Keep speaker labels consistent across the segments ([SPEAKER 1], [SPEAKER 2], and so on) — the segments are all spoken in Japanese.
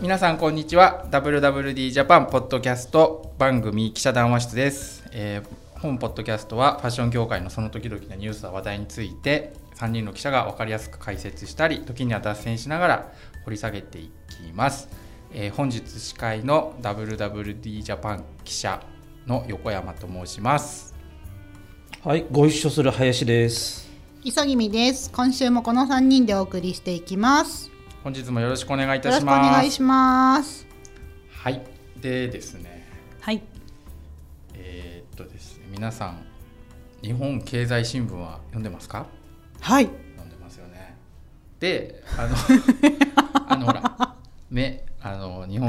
[SPEAKER 1] 皆さんこんにちは WWD ジャパンポッドキャスト番組記者談話室です、えー本ポッドキャストはファッション業界のその時々のニュースや話題について3人の記者が分かりやすく解説したり時には脱線しながら掘り下げていきます、えー本日司会の WWD ジャパン記者の横山と申します
[SPEAKER 2] はい、ご一緒する林です。
[SPEAKER 3] 急ぎみです今週もこの3人でお送りしていきます
[SPEAKER 1] 本日もよろしくお願いい
[SPEAKER 3] よ
[SPEAKER 1] た
[SPEAKER 3] ろ
[SPEAKER 1] し
[SPEAKER 3] しくお
[SPEAKER 1] ます
[SPEAKER 3] 願いします
[SPEAKER 1] はいでですね
[SPEAKER 3] はい
[SPEAKER 1] えーっとですね皆さん日本経済新聞は読んでますか
[SPEAKER 3] はい
[SPEAKER 1] 読んでますよねであの あのほらめあの日本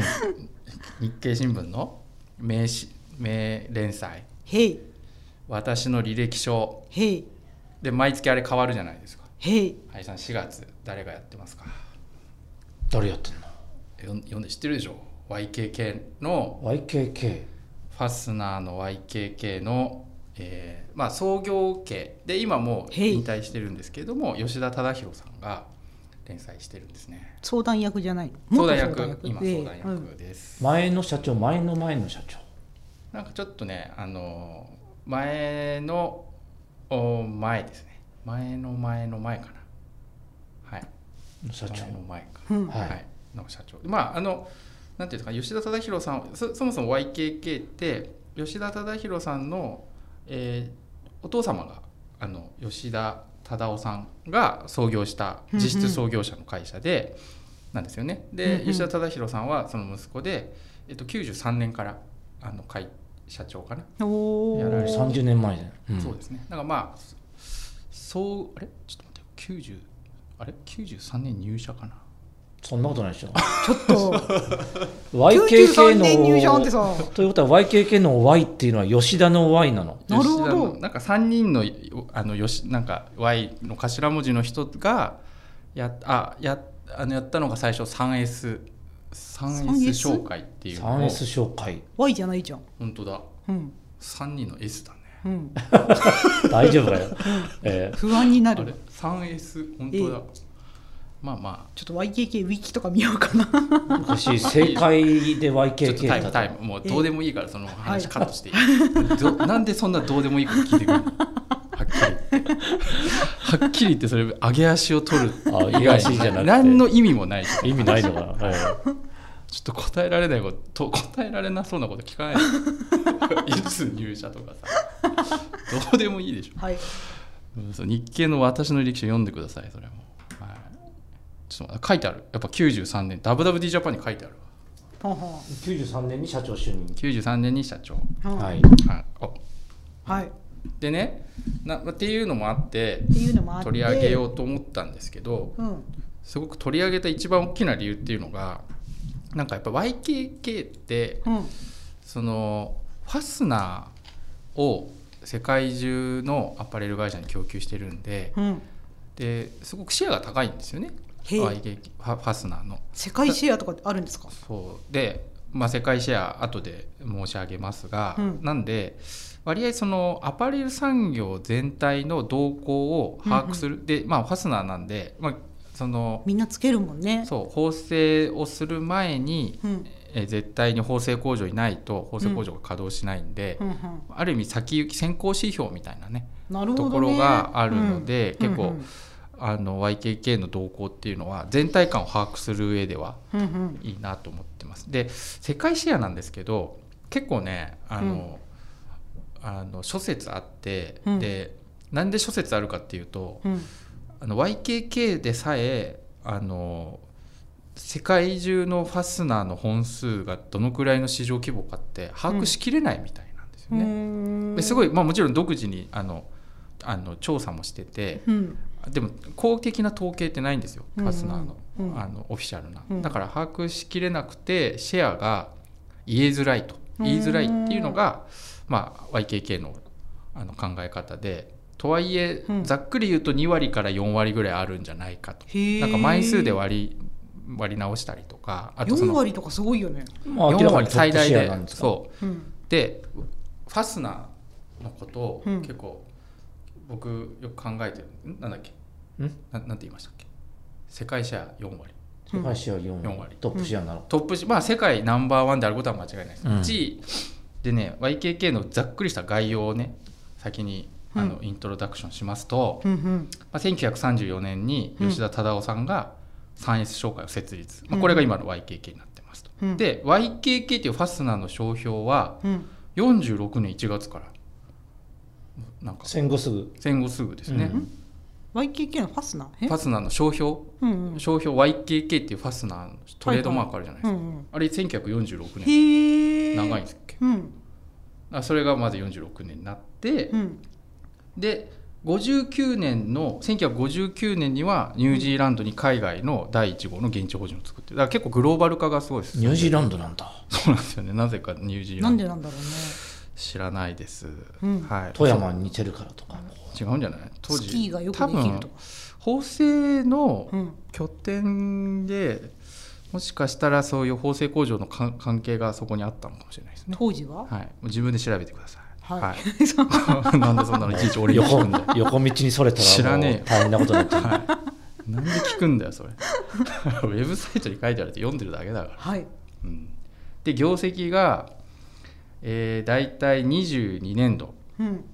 [SPEAKER 1] 日経新聞の名し名連載
[SPEAKER 3] へい
[SPEAKER 1] 「私の履歴書
[SPEAKER 3] へい」
[SPEAKER 1] で毎月あれ変わるじゃないですか
[SPEAKER 3] へい
[SPEAKER 1] 林さん4月誰がやってますか
[SPEAKER 2] 誰やって
[SPEAKER 1] よ
[SPEAKER 2] んの
[SPEAKER 1] ん読んで知ってるでしょ YKK の
[SPEAKER 2] ?YKK。
[SPEAKER 1] ファスナーの YKK の、えーまあ、創業家で今もう
[SPEAKER 3] へい
[SPEAKER 1] 引退してるんですけれども吉田忠宏さんが連載してるんですね
[SPEAKER 3] 相談役じゃない
[SPEAKER 1] 相談役今
[SPEAKER 3] へい
[SPEAKER 1] 相談
[SPEAKER 3] う
[SPEAKER 1] 役
[SPEAKER 3] ん
[SPEAKER 1] です、
[SPEAKER 2] 前の社長、前の前の社長。
[SPEAKER 1] なんかちょっとねあのー前のお前ですね前の前の前かなはい
[SPEAKER 2] の社長
[SPEAKER 1] 前。の前か、
[SPEAKER 3] うん
[SPEAKER 1] はい
[SPEAKER 2] はい
[SPEAKER 1] の社長まああのなんていうんですか吉田忠宏さんそそもそも YKK って吉田忠宏さんの、えーお父様があの吉田忠夫さんが創業した
[SPEAKER 3] うんうん
[SPEAKER 1] 実質創業者の会社で、なんですよねで、
[SPEAKER 3] うんうん
[SPEAKER 1] 吉田忠宏さんはその息子で、えっと、93年からあの会社長かな、
[SPEAKER 3] お
[SPEAKER 1] やられ
[SPEAKER 3] ー
[SPEAKER 2] 30年前じゃん。
[SPEAKER 1] そうですねだからまあそうあれちょっと待ってよ90あれ93年入社かな
[SPEAKER 2] そんなことないでしょ。
[SPEAKER 3] ちょっと
[SPEAKER 2] YKK
[SPEAKER 3] 93年入社なんて
[SPEAKER 2] の。
[SPEAKER 3] さ
[SPEAKER 2] ということは YKK の Y っていうのは吉田の Y なの。
[SPEAKER 3] なるほど
[SPEAKER 1] 吉田のなんか三人のあのよしなんか Y の頭文字の人がやあやあのやったのが最初 3S 3S 紹介っていうのを
[SPEAKER 2] 3S 紹介。
[SPEAKER 3] Y じゃないじゃん
[SPEAKER 1] 本当だ
[SPEAKER 3] うん
[SPEAKER 1] 三人の S だね
[SPEAKER 3] うん
[SPEAKER 2] 大丈夫だよ。 え
[SPEAKER 3] 不安にな
[SPEAKER 1] あ
[SPEAKER 3] る
[SPEAKER 1] れ 3S 本当だ、まあま
[SPEAKER 3] ちょっと YKK ウィキとか見ようか な
[SPEAKER 2] ー私、正解で
[SPEAKER 1] あちょっとタイ
[SPEAKER 2] YKK だ
[SPEAKER 1] ム
[SPEAKER 2] っ
[SPEAKER 1] タ
[SPEAKER 2] た
[SPEAKER 1] イムもうどうでもいいからその話カットしていい、どなんでそんなどうでもいいこと聞いてくるのはっきり言ってはっきり言ってそれ上げ足を取る
[SPEAKER 2] あ上げ足じゃなくて
[SPEAKER 1] 何の意味もないし
[SPEAKER 2] 意味ないのかな。えー
[SPEAKER 1] ちょっと答えられないことと答えられなそうなこと聞かないでいつ入社とかさどうでもいいでしょ
[SPEAKER 3] はい
[SPEAKER 1] うんそう日経の私の履歴書読んでくださいそれも、はい、ちょっと待って書いてあるやっぱ93年 WWD ジャパンに書いてあるわ
[SPEAKER 3] ほんほ
[SPEAKER 2] 93年に社長就任。
[SPEAKER 1] 93年に社長、
[SPEAKER 3] ん
[SPEAKER 2] はい。
[SPEAKER 1] はい、あ
[SPEAKER 3] はいっ
[SPEAKER 1] でねなっていうのもあって
[SPEAKER 3] ていうのもあって
[SPEAKER 1] 取り上げようと思ったんですけど
[SPEAKER 3] うん
[SPEAKER 1] すごく取り上げた一番大きな理由っていうのがなんかやっぱ YKK って
[SPEAKER 3] うん
[SPEAKER 1] そのファスナーを世界中のアパレル会社に供給してるんで
[SPEAKER 3] うん
[SPEAKER 1] ですごくシェアが高いんですよね
[SPEAKER 3] へえ
[SPEAKER 1] YK ファファスナーの。
[SPEAKER 3] 世界シェアとかってあるんですか
[SPEAKER 1] そうで、まあ、世界シェア後で申し上げますが、
[SPEAKER 3] うん
[SPEAKER 1] なんで割合そのアパレル産業全体の動向を把握する、でまあファスナーなんで、まあ、その
[SPEAKER 3] みんなつけるもんね
[SPEAKER 1] そう縫製をする前に、
[SPEAKER 3] うん
[SPEAKER 1] え絶対に縫製工場にないと縫製工場が稼働しないんで、
[SPEAKER 3] うんうん
[SPEAKER 1] ある意味先行き先行指標みたいなね
[SPEAKER 3] なるほど、ね、
[SPEAKER 1] ところがあるので
[SPEAKER 3] うん
[SPEAKER 1] 結構あの YKK の動向っていうのは全体感を把握する上では
[SPEAKER 3] うんうんうん
[SPEAKER 1] いいなと思ってます。で世界シェアなんですけど結構ねあの、あの諸説あって、
[SPEAKER 3] うん
[SPEAKER 1] でなんで諸説あるかっていうと
[SPEAKER 3] うん
[SPEAKER 1] あの YKK でさえあの世界中のファスナーの本数がどのくらいの市場規模かって把握しきれないみたいなんですよね。
[SPEAKER 3] うん
[SPEAKER 1] ですごい、まあ、もちろん独自にあのあの調査もしてて
[SPEAKER 3] うん
[SPEAKER 1] でも公的な統計ってないんですよフ
[SPEAKER 3] うんうん
[SPEAKER 1] ァスナーの,、
[SPEAKER 3] うん
[SPEAKER 1] あのオフィシャルな、
[SPEAKER 3] うん
[SPEAKER 1] だから把握しきれなくてシェアが言えづらいと
[SPEAKER 3] うん
[SPEAKER 1] 言いづらいっていうのが、まあ、YKK のあの考え方でとはいえ、
[SPEAKER 3] うん
[SPEAKER 1] ざっくり言うと2割から4割ぐらいあるんじゃないかと
[SPEAKER 3] へえ
[SPEAKER 1] なんか枚数で割り割り直したりとかあとそ
[SPEAKER 3] 4
[SPEAKER 1] の
[SPEAKER 3] 割とかすごいよね、
[SPEAKER 2] まあ、明らかにトッ
[SPEAKER 1] 最
[SPEAKER 2] プ
[SPEAKER 1] 大
[SPEAKER 2] シェア
[SPEAKER 1] で
[SPEAKER 2] なんですか。
[SPEAKER 1] そう
[SPEAKER 3] うん、
[SPEAKER 1] でファスナーのことを
[SPEAKER 3] うん
[SPEAKER 1] 結構僕よく考えてる、んなんだっけ
[SPEAKER 2] ん
[SPEAKER 1] ななんて言いましたっけ世界シェア4割
[SPEAKER 2] 世界シェア4割
[SPEAKER 1] 四割
[SPEAKER 2] トップシェアなの、
[SPEAKER 1] トップしまあ世界ナンバーワンであることは間違いないです、
[SPEAKER 2] うん
[SPEAKER 1] 1位でね YKK のざっくりした概要をね先にあの、
[SPEAKER 3] う
[SPEAKER 1] イントロダクションしますと、
[SPEAKER 3] うんうん
[SPEAKER 1] まあ、1934年に吉田忠夫さんが 3S 商会を設立、まあ、これが今の YKK になってますと、
[SPEAKER 3] うん
[SPEAKER 1] で YKK っていうファスナーの商標は
[SPEAKER 3] うん
[SPEAKER 1] 46年1月からなんか
[SPEAKER 2] 戦後すぐ
[SPEAKER 1] 戦後すぐですね、
[SPEAKER 2] うん
[SPEAKER 3] YKK のファスナーえ
[SPEAKER 1] ファスナーの商標
[SPEAKER 3] うんうん
[SPEAKER 1] 商標 YKK っていうファスナーのトレードマークあるじゃないで
[SPEAKER 3] う
[SPEAKER 1] すか、
[SPEAKER 3] んうん
[SPEAKER 1] あれ1946年
[SPEAKER 3] へえ
[SPEAKER 1] 長いんですっけ
[SPEAKER 3] うん
[SPEAKER 1] あそれがまず46年になって、
[SPEAKER 3] うん
[SPEAKER 1] で59年の1959年にはニュージーランドに海外の第1号の現地法人を作ってだから結構グローバル化がすごいです
[SPEAKER 2] ニュージーランドなんだ
[SPEAKER 1] そうなんですよねなぜかニュージーラ
[SPEAKER 3] なん
[SPEAKER 1] ンド
[SPEAKER 3] でなんだろうね
[SPEAKER 1] 知らないです、
[SPEAKER 3] うん
[SPEAKER 1] はい、
[SPEAKER 2] 富山に似てるからとか
[SPEAKER 1] 違うんじゃない当
[SPEAKER 3] ス
[SPEAKER 1] 時
[SPEAKER 3] キーがよくできるとか
[SPEAKER 1] 多分法政の
[SPEAKER 3] うん
[SPEAKER 1] 拠点でもしかしたらそういう縫製工場のか関係がそこにあったのかもしれないですね、
[SPEAKER 3] 当時は
[SPEAKER 1] はい、もう自分で調べてください
[SPEAKER 3] はい
[SPEAKER 1] なんでそんなのいちいち俺に
[SPEAKER 2] 横
[SPEAKER 1] 聞くんだよ
[SPEAKER 2] 横道にそれた
[SPEAKER 1] 知ら
[SPEAKER 2] らも
[SPEAKER 1] ねえ
[SPEAKER 2] う
[SPEAKER 1] よ
[SPEAKER 2] 大変なこと になってる
[SPEAKER 1] はい、なんで聞くんだよそれ ウェブサイトに書いてあるって読んでるだけだから、
[SPEAKER 3] はい
[SPEAKER 1] うん、で業績が、えー、大体22年度、
[SPEAKER 3] うん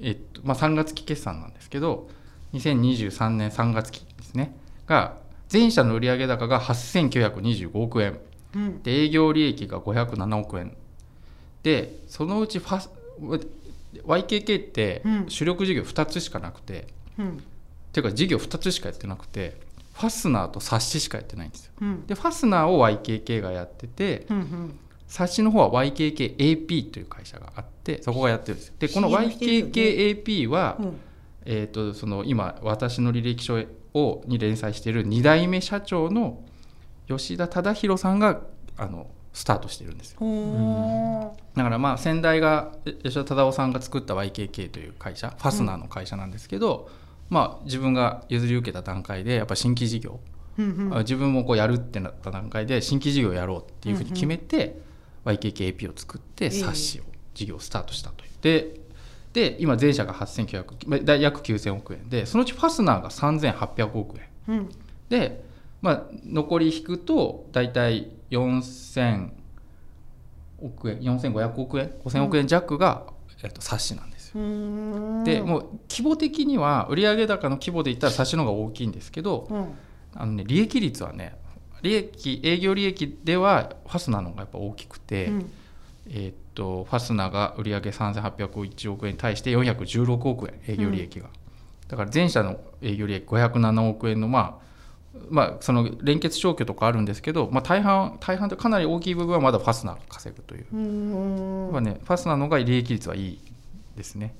[SPEAKER 1] えっとまあ、3月期決算なんですけど2023年3月期ですねが全社の売上高が8925億円
[SPEAKER 3] うん
[SPEAKER 1] で営業利益が507億円でそのうちファス YKK って
[SPEAKER 3] うん
[SPEAKER 1] 主力事業2つしかなくて、
[SPEAKER 3] うん
[SPEAKER 1] ていうか事業2つしかやってなくてファスナーと冊子しかやってないんですよ
[SPEAKER 3] うん
[SPEAKER 1] でファスナーを YKK がやってて
[SPEAKER 3] うんうん
[SPEAKER 1] 冊子の方は YKKAP という会社があってそこがやってるんですよでこの
[SPEAKER 3] CM してるよね
[SPEAKER 1] YKKAP は、
[SPEAKER 3] うん
[SPEAKER 1] えー、とその今私の履歴書をに連載している2代目社長の吉田忠宏さんがあのスタートしてるんですよ
[SPEAKER 3] ほ
[SPEAKER 1] だからまあ先代がえ吉田忠夫さんが作った YKK という会社ファスナーの会社なんですけど、まあ、自分が譲り受けた段階でやっぱ新規事業、
[SPEAKER 3] ーうんうん
[SPEAKER 1] あ自分もこうやるってなった段階で新規事業やろうっていうふうに決めて、YKKAP を作って
[SPEAKER 3] ええ
[SPEAKER 1] 冊子を事業をスタートしたという。でで今全社が8900まあだ約9000億円でそのうちファスナーが3800億円
[SPEAKER 3] うん
[SPEAKER 1] で、まあ、残り引くと大体4000億円4500億円5000億円弱が、えっと、冊子なんですよ。
[SPEAKER 3] うーん
[SPEAKER 1] でもう規模的には売上高の規模で言ったら冊子の方が大きいんですけど、
[SPEAKER 3] うん
[SPEAKER 1] あのね利益率はね利益営業利益ではファスナーの方がやっぱ大きくて、
[SPEAKER 3] うん
[SPEAKER 1] えーっとファスナーが売上3801億円に対して416億円営業利益が、だから全社の営業利益507億円のまあまあ、その連結消去とかあるんですけど、まあ、大半大半でかなり大きい部分はまだファスナーが稼ぐという、
[SPEAKER 3] うーん
[SPEAKER 1] まあね、ファスナーの方が利益率はいいですね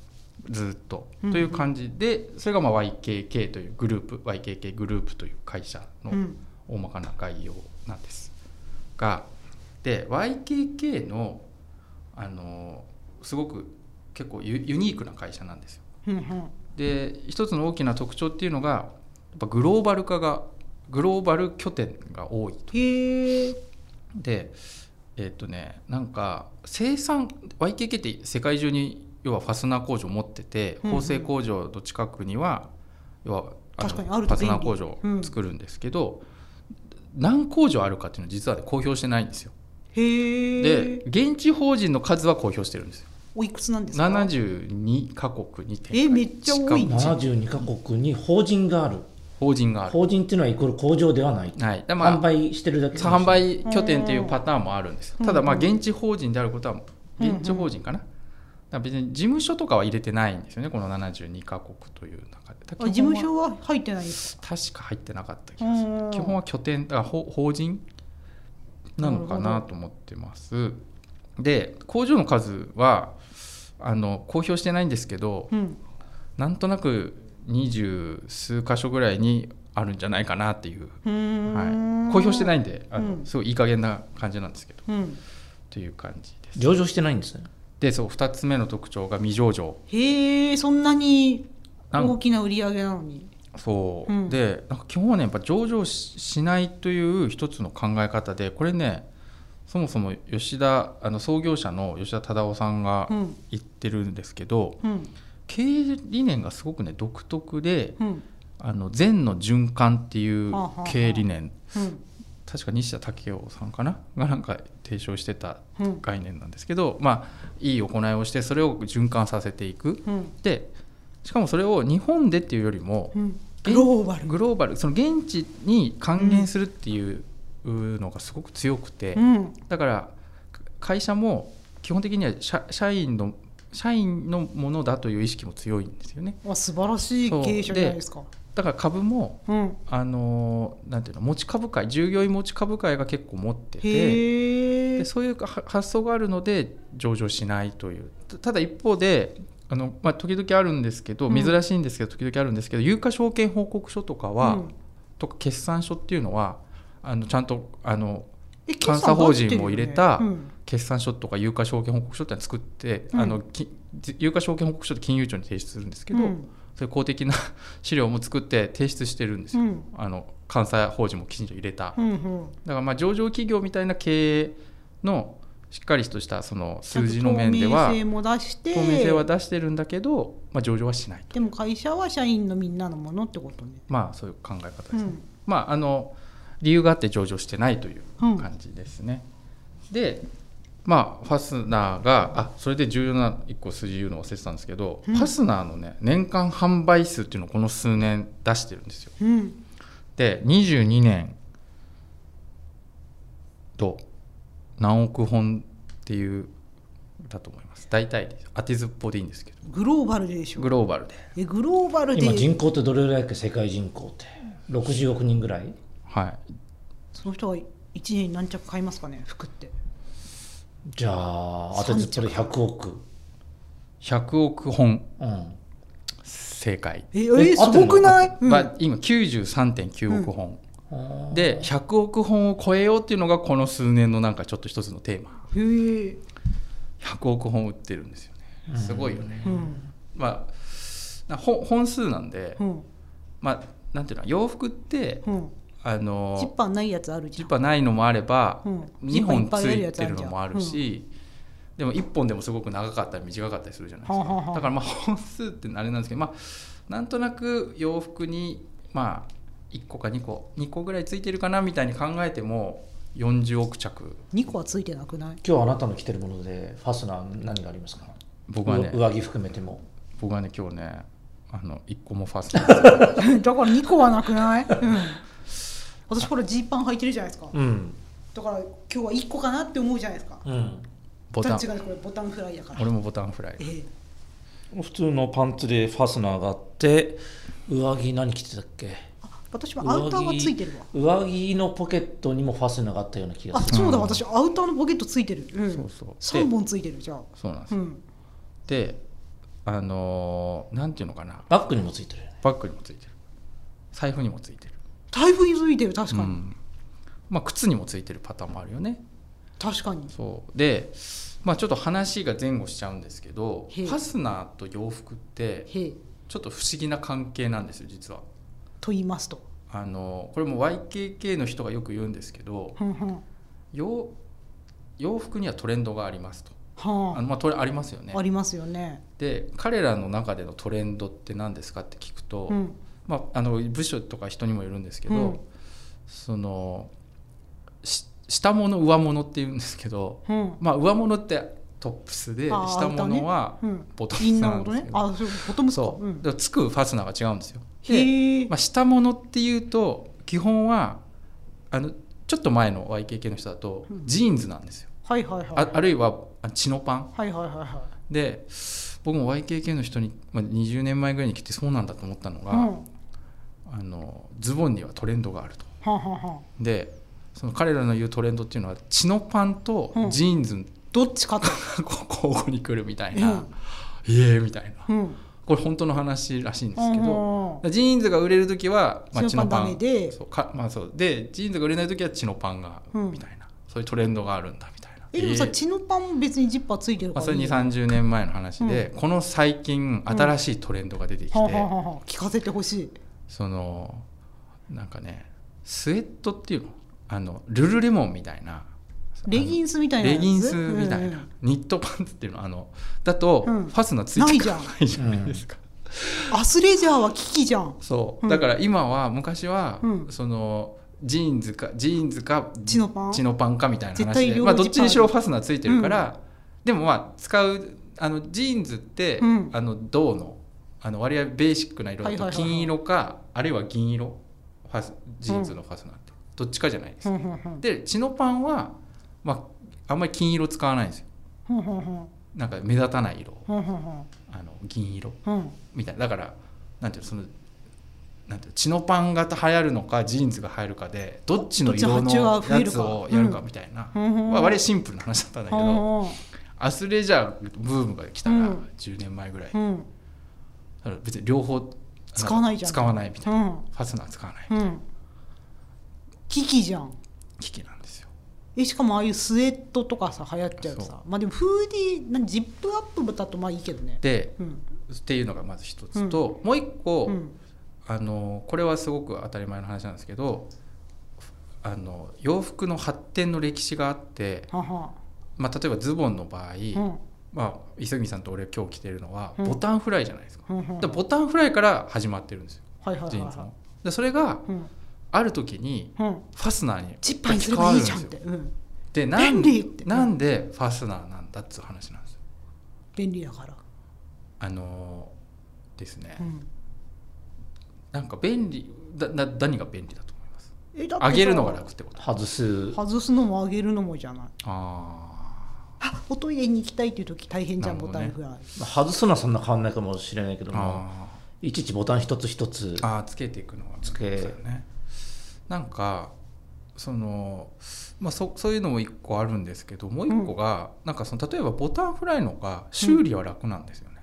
[SPEAKER 1] ずっと、
[SPEAKER 3] うん
[SPEAKER 1] という感じでそれがまあ YKK というグループ YKK グループという会社の
[SPEAKER 3] うん
[SPEAKER 1] 大まかな概要なんですがで YKK のあのすごく結構ユユニークな会社なんですよ。
[SPEAKER 3] うんうん
[SPEAKER 1] で一つの大きな特徴っていうのがやっぱグローバル化がグローバル拠点が多いと。
[SPEAKER 3] へえ
[SPEAKER 1] でえっとねなんか生産 YKK って世界中に要はファスナー工場を持ってて
[SPEAKER 3] うんうん
[SPEAKER 1] 縫製工場の近くには要はあの
[SPEAKER 3] 確かにある
[SPEAKER 1] フ
[SPEAKER 3] と
[SPEAKER 1] ァス
[SPEAKER 3] 便利
[SPEAKER 1] ナー工場を作るんですけど、何工場あるかっていうのは実はね公表してないんですよ
[SPEAKER 3] へ
[SPEAKER 1] で
[SPEAKER 3] え
[SPEAKER 1] 現地法人の数は公表してるんですよ
[SPEAKER 3] おいくつなんですか
[SPEAKER 1] 72カ国に展開
[SPEAKER 3] えめっちゃ多い
[SPEAKER 1] しかも
[SPEAKER 2] 72カ国に法人がある
[SPEAKER 1] 法人がある
[SPEAKER 2] 法人っていうのはイコール工場ではない、
[SPEAKER 1] はいでまあ
[SPEAKER 2] 販売してるだけ
[SPEAKER 1] そう販売拠点っていうパターンもあるんですよ
[SPEAKER 3] うん
[SPEAKER 1] ただまあ現地法人であることは
[SPEAKER 3] うんうん
[SPEAKER 1] 現地法人かなだから別に事務所とかは入れてないんですよねこの72カ国という中でだか
[SPEAKER 3] あ
[SPEAKER 1] ら
[SPEAKER 3] 事
[SPEAKER 1] 基本は
[SPEAKER 3] 務所は入ってないです
[SPEAKER 1] 確か入ってなかった気がす
[SPEAKER 3] う
[SPEAKER 1] る
[SPEAKER 3] ん
[SPEAKER 1] 基本は拠点だから法法人なのか
[SPEAKER 3] な
[SPEAKER 1] な
[SPEAKER 3] るほ
[SPEAKER 1] と思ってますで工場の数はあの公表してないんですけど
[SPEAKER 3] うん
[SPEAKER 1] なんとなく二十数箇所ぐらいにあるんじゃないかなっていう、
[SPEAKER 3] うー
[SPEAKER 1] は
[SPEAKER 3] ん
[SPEAKER 1] い、公表してないんであの、
[SPEAKER 3] うん
[SPEAKER 1] すごいいい加減な感じなんですけど
[SPEAKER 3] うん
[SPEAKER 1] という感じです
[SPEAKER 2] 上場してないんですね
[SPEAKER 1] でそう2つ目の特徴が未上場
[SPEAKER 3] へえそんなに
[SPEAKER 1] なん
[SPEAKER 3] 大きな売り上げなのに
[SPEAKER 1] そう、
[SPEAKER 3] うん
[SPEAKER 1] でなんか基本はねやっぱ上場ししないという一つの考え方でこれねそもそも吉田あの創業者の吉田忠夫さんが
[SPEAKER 3] うん
[SPEAKER 1] 言ってるんですけど、
[SPEAKER 3] うん
[SPEAKER 1] 経営理念がすごくね独特で
[SPEAKER 3] うん
[SPEAKER 1] あの善の循環っていう
[SPEAKER 3] はあはあはあ
[SPEAKER 1] 経営理念
[SPEAKER 3] うん
[SPEAKER 1] 確か西田武雄さんかながなんか提唱してた
[SPEAKER 3] うん
[SPEAKER 1] 概念なんですけど、まあいい行いをしてそれを循環させていく
[SPEAKER 3] うん
[SPEAKER 1] でしかもそれを日本でっていうよりも
[SPEAKER 3] うん
[SPEAKER 1] 現
[SPEAKER 3] ローバ
[SPEAKER 1] グローバルその現地に還元するっていうのがすごく強くて、
[SPEAKER 3] うん
[SPEAKER 1] だからか会社も基本的には社社員の社員のものだという意識も強いんですよね
[SPEAKER 3] あ素晴らしい経営者じゃないですか
[SPEAKER 1] だから株も
[SPEAKER 3] うん
[SPEAKER 1] あのーなんていうの持ち株会従業員持ち株会が結構持ってて
[SPEAKER 3] へえ
[SPEAKER 1] でそういうは発想があるので上場しないというたただ一方であの、まあ、時々あるんですけど
[SPEAKER 3] うん
[SPEAKER 1] 珍しいんですけど、時々あるんですけど有価証券報告書とかは、とか決算書っていうのはあのちゃんとあの監査法人も入れた決算書とか有価証券報告書ってのは作って、
[SPEAKER 3] うん
[SPEAKER 1] あのき有価証券報告書って金融庁に提出するんですけど、
[SPEAKER 3] うん
[SPEAKER 1] そういう公的な資料も作って提出してるんです
[SPEAKER 3] う
[SPEAKER 1] よ、
[SPEAKER 3] ん
[SPEAKER 1] あの監査法人もきちんと入れた、
[SPEAKER 3] うんうん
[SPEAKER 1] だからまあ上場企業みたいな経営のしっかりとしたその数字の面では
[SPEAKER 3] 透明性も出して
[SPEAKER 1] 透明性は出してるんだけど、まあ、上場はしないと
[SPEAKER 3] でも会社は社員のみんなのものってことね
[SPEAKER 1] まあそういう考え方です
[SPEAKER 3] う
[SPEAKER 1] ね、
[SPEAKER 3] ん
[SPEAKER 1] まああの理由があって上場してないという
[SPEAKER 3] うん
[SPEAKER 1] 感じですね。でまあファスナーがあそれで重要な1個数字言うの忘れてたんですけど、
[SPEAKER 3] うん
[SPEAKER 1] ファスナーのね年間販売数っていうのをこの数年出してるんですよ。
[SPEAKER 3] うん
[SPEAKER 1] で22年と何億本っていうだと思います大体です当てずっぽでいいんですけど
[SPEAKER 3] グローバルででしょ
[SPEAKER 1] グローバルで
[SPEAKER 3] えグローバルで
[SPEAKER 2] 今人口ってどれぐらいだっけ世界人口って60億人ぐらい
[SPEAKER 1] はい
[SPEAKER 3] その人が1年に何着買いますかね服って
[SPEAKER 2] じゃあ当てずっぽで100億
[SPEAKER 1] 100億本
[SPEAKER 2] うん
[SPEAKER 1] 正解、
[SPEAKER 3] え
[SPEAKER 2] え
[SPEAKER 3] えすごくないうん
[SPEAKER 1] まあ、今93.9億本、
[SPEAKER 2] あー
[SPEAKER 1] で100億本を超えようっていうのがこの数年のなんかちょっと一つのテーマ
[SPEAKER 3] へえ
[SPEAKER 1] 100億本売ってるんですよねすごいよね、
[SPEAKER 3] うん
[SPEAKER 1] まあな本本数なんで、
[SPEAKER 3] うん
[SPEAKER 1] まあなんていうの洋服って
[SPEAKER 3] うん
[SPEAKER 1] あ
[SPEAKER 3] ジッ
[SPEAKER 1] の
[SPEAKER 3] パーないやつあるじ
[SPEAKER 1] ジッ
[SPEAKER 3] ゃん
[SPEAKER 1] パーないのもあれば、
[SPEAKER 3] うん
[SPEAKER 1] 2本
[SPEAKER 3] ジッパ
[SPEAKER 1] つ
[SPEAKER 3] ーいっぱいある
[SPEAKER 1] い
[SPEAKER 3] やつ
[SPEAKER 1] て
[SPEAKER 3] あ
[SPEAKER 1] る
[SPEAKER 3] るじ
[SPEAKER 1] の
[SPEAKER 3] ゃん
[SPEAKER 1] もあるし、でも1本でもすごく長かったり短かったりするじゃないですか、
[SPEAKER 3] はあはあはあ
[SPEAKER 1] だからまあ本数ってあれなんですけどまあなんとなく洋服にまあ1個か2個2個ぐらいついてるかなみたいに考えても40億着
[SPEAKER 3] 2個はついてなくない
[SPEAKER 2] 今日あなたの着てるものでファスナー何がありますか
[SPEAKER 1] 僕はね
[SPEAKER 2] う上着含めても
[SPEAKER 1] 僕はね今日ねあの1個もファスナー
[SPEAKER 3] うんだから2個はなくない、うん、私これジーパン履いてるじゃないですか
[SPEAKER 2] うん
[SPEAKER 3] だから今日は1個かなって思うじゃないですか
[SPEAKER 2] うん
[SPEAKER 1] ボタン
[SPEAKER 3] ただ違うこれボタンフライだから
[SPEAKER 1] 俺もボタンフライ
[SPEAKER 3] え
[SPEAKER 2] 普通のパンツでファスナーがあって上着何着てたっけ
[SPEAKER 3] あ私はアウターがついてるわ
[SPEAKER 2] 上着のポケットにもファスナーがあったような気が
[SPEAKER 3] あ
[SPEAKER 2] する
[SPEAKER 3] そうだ私アウターのポケットついてる、うん、
[SPEAKER 1] そうそう
[SPEAKER 3] 3本ついてるじゃあ
[SPEAKER 1] そうなんです
[SPEAKER 3] う
[SPEAKER 1] よ、
[SPEAKER 3] ん
[SPEAKER 1] であのーなんていうのかな
[SPEAKER 2] バッグにもついてるよね
[SPEAKER 1] バッグにもついてる財布にもついてる
[SPEAKER 3] 台風についてる確かに、
[SPEAKER 1] うんまあ、靴にもついてるパターンもあるよね
[SPEAKER 3] 確かに
[SPEAKER 1] そうで、まあ、ちょっと話が前後しちゃうんですけどフ
[SPEAKER 3] へえ
[SPEAKER 1] ァスナーと洋服って
[SPEAKER 3] へえ
[SPEAKER 1] ちょっと不思議な関係なんですよ実は
[SPEAKER 3] と言いますと
[SPEAKER 1] あのこれも YKK の人がよく言うんですけど
[SPEAKER 3] ふんふんは
[SPEAKER 1] 洋洋服にはトレンドがありますとあ
[SPEAKER 3] あ
[SPEAKER 1] の、まあ、トレありますよね
[SPEAKER 3] ありますよね
[SPEAKER 1] で彼らの中でのトレンドって何ですかって聞くと、
[SPEAKER 3] うん
[SPEAKER 1] まあ、あの部署とか人にもよるんですけど、
[SPEAKER 3] うん
[SPEAKER 1] そのし下物上物って言うんですけど、
[SPEAKER 3] うん
[SPEAKER 1] まあ、上物ってトップスで
[SPEAKER 3] あー
[SPEAKER 1] 下物は
[SPEAKER 3] うん
[SPEAKER 1] ボト
[SPEAKER 3] イ
[SPEAKER 1] ム
[SPEAKER 3] ン
[SPEAKER 1] ス
[SPEAKER 3] ナー
[SPEAKER 1] な
[SPEAKER 3] の
[SPEAKER 1] ん
[SPEAKER 3] こ
[SPEAKER 1] です
[SPEAKER 3] とね
[SPEAKER 1] けど、
[SPEAKER 3] あそうボトムスか
[SPEAKER 1] そう、
[SPEAKER 3] うん
[SPEAKER 1] だからつくファスナーが違うんですよ。で、
[SPEAKER 3] へえ
[SPEAKER 1] まあ、下物っていうと基本はあのちょっと前の YKK の人だと
[SPEAKER 3] うん
[SPEAKER 1] ジーンズなんですよ、
[SPEAKER 3] はいはいはい
[SPEAKER 1] ああるいはあチノパン
[SPEAKER 3] はいはいはいは
[SPEAKER 1] で僕も YKK の人に、まあ、20年前ぐらいに来てそうなんだと思ったのが、
[SPEAKER 3] いうんは
[SPEAKER 1] あのズボンにはトレンドがあると。
[SPEAKER 3] あはあはあ
[SPEAKER 1] でその彼らの言うトレンドっていうのはチノパンとジーンズ
[SPEAKER 3] どっちかと
[SPEAKER 1] が こう交互に来るみたいな、
[SPEAKER 3] うん
[SPEAKER 1] いえみたいな
[SPEAKER 3] うん
[SPEAKER 1] これ本当の話らしいんですけど、
[SPEAKER 3] ど
[SPEAKER 1] ジーンズが売れる時は、まあ、チ
[SPEAKER 3] チ
[SPEAKER 1] ノ
[SPEAKER 3] ノ
[SPEAKER 1] パ
[SPEAKER 3] パン
[SPEAKER 1] ン
[SPEAKER 3] ダメで
[SPEAKER 1] そうか、まあ、そうでジーンズが売れない時はチノパンが、
[SPEAKER 3] うん
[SPEAKER 1] みたいなそういうトレンドがあるんだみたいな。
[SPEAKER 3] えでもさ
[SPEAKER 1] え
[SPEAKER 3] チノパンも別にジッパーついてる
[SPEAKER 1] まあ、
[SPEAKER 3] から
[SPEAKER 1] それ
[SPEAKER 3] いい
[SPEAKER 1] 2
[SPEAKER 3] よは
[SPEAKER 1] 3 0年前の話で、この最近新しいトレンドが出てきて、
[SPEAKER 3] あはあはあはあ聞かせてほしい
[SPEAKER 1] そのなんかねスウェットっていうのあのルルレモンみたいな
[SPEAKER 3] レギンスみたいなや
[SPEAKER 1] レ
[SPEAKER 3] つ
[SPEAKER 1] ギンスみたい
[SPEAKER 3] うんう
[SPEAKER 1] な、
[SPEAKER 3] ん
[SPEAKER 1] ニットパンツっていうのあのだと、
[SPEAKER 3] うん
[SPEAKER 1] ファスナーついて
[SPEAKER 3] ないじゃん
[SPEAKER 1] ないじゃないですか、
[SPEAKER 3] アスレジャーは危機じ ゃん
[SPEAKER 1] そう、
[SPEAKER 3] うん
[SPEAKER 1] だから今は昔は、
[SPEAKER 3] うん
[SPEAKER 1] そのジーンズかジーンズか
[SPEAKER 3] チノパン
[SPEAKER 1] チノパンかみたいな
[SPEAKER 3] 絶
[SPEAKER 1] 話
[SPEAKER 3] 対
[SPEAKER 1] で、
[SPEAKER 3] 両
[SPEAKER 1] まあ、ど
[SPEAKER 3] ジパン
[SPEAKER 1] っちにしろファスナーついてるから、でもまあ使うあのジーンズって、
[SPEAKER 3] うん
[SPEAKER 1] あの銅のあの割合ベーシックな色だ
[SPEAKER 3] はいはい
[SPEAKER 1] と
[SPEAKER 3] はいはい
[SPEAKER 1] 金色か、あるいは銀色ファスジーンズのファスナーって、どっちかじゃないです
[SPEAKER 3] ふ
[SPEAKER 1] か、
[SPEAKER 3] んふんふん
[SPEAKER 1] でチノパンは、まあ、あんまり金色使わないんですよ
[SPEAKER 3] ふんふんふん
[SPEAKER 1] なんか目立たない色
[SPEAKER 3] ふんふんふん
[SPEAKER 1] あの銀色
[SPEAKER 3] ふん
[SPEAKER 1] みたいなだからなんていうのそのなんていうのチノパンが流行るのかジーンズが流行るかでどっちの色
[SPEAKER 3] どっ
[SPEAKER 1] の
[SPEAKER 3] ちが増え
[SPEAKER 1] や
[SPEAKER 3] る
[SPEAKER 1] つ
[SPEAKER 3] か
[SPEAKER 1] をやるかみたいな、
[SPEAKER 3] うんうんうん
[SPEAKER 1] まあ、割とシンプルな話だったんだけど、アスレジャーブームが来たら
[SPEAKER 3] うん
[SPEAKER 1] 10年前ぐらい、
[SPEAKER 3] う
[SPEAKER 1] だ
[SPEAKER 3] ん
[SPEAKER 1] から別に両方
[SPEAKER 3] 使わないじゃん
[SPEAKER 1] 使わないみたいな、
[SPEAKER 3] うん
[SPEAKER 1] ファスナー使わない
[SPEAKER 3] うん危機じゃん
[SPEAKER 1] 危機なんですよ
[SPEAKER 3] えしかもああいうスウェットとかさ流行っちゃうと
[SPEAKER 1] そう
[SPEAKER 3] さまあでもフーディーなんジップアップだとまあいいけどね
[SPEAKER 1] で
[SPEAKER 3] うん
[SPEAKER 1] っていうのがまず一つと、もう一個、
[SPEAKER 3] うん
[SPEAKER 1] あのこれはすごく当たり前の話なんですけどあの洋服の発展の歴史があって、
[SPEAKER 3] はは
[SPEAKER 1] まあ、例えばズボンの場合、
[SPEAKER 3] うん
[SPEAKER 1] まあ、磯君さんと俺今日着てるのは
[SPEAKER 3] うん
[SPEAKER 1] ボタンフライじゃないですか,、
[SPEAKER 3] うんうん
[SPEAKER 1] ボタンフライから始まってるんですよ
[SPEAKER 3] はいはいは
[SPEAKER 1] ジ
[SPEAKER 3] い
[SPEAKER 1] ーンズ
[SPEAKER 3] は
[SPEAKER 1] の。でそれが
[SPEAKER 3] いうん
[SPEAKER 1] ある時に
[SPEAKER 3] うん
[SPEAKER 1] ファスナーに
[SPEAKER 3] ジッパーにすればいいじゃんってうん
[SPEAKER 1] でなん
[SPEAKER 3] 便利って
[SPEAKER 1] なんでファスナーなんだっつう話なんですよ。
[SPEAKER 3] 便利だから
[SPEAKER 1] あのーですね、
[SPEAKER 3] うん
[SPEAKER 1] なんか便利だな何が便利だと思います
[SPEAKER 3] えだってさ
[SPEAKER 1] 上げるのが楽ってこと
[SPEAKER 2] 外す
[SPEAKER 3] 外すのも上げるのもじゃない
[SPEAKER 1] あ
[SPEAKER 3] あおトイレに行きたいっていう時大変じゃん
[SPEAKER 1] なる
[SPEAKER 3] ボ
[SPEAKER 1] ほど
[SPEAKER 3] タ
[SPEAKER 1] ね
[SPEAKER 3] ンフライ
[SPEAKER 2] 外すのはそんな変わんないかもしれないけど
[SPEAKER 1] ー
[SPEAKER 2] も
[SPEAKER 1] あー
[SPEAKER 2] いちいちボタン一つ一つ
[SPEAKER 1] あーつけていくのは
[SPEAKER 2] つけ
[SPEAKER 1] そうだよねなんかその、まあ、そそういうのも一個あるんですけどもう一個が、なんかその例えばボタンフライの方が修理は楽なんですよね、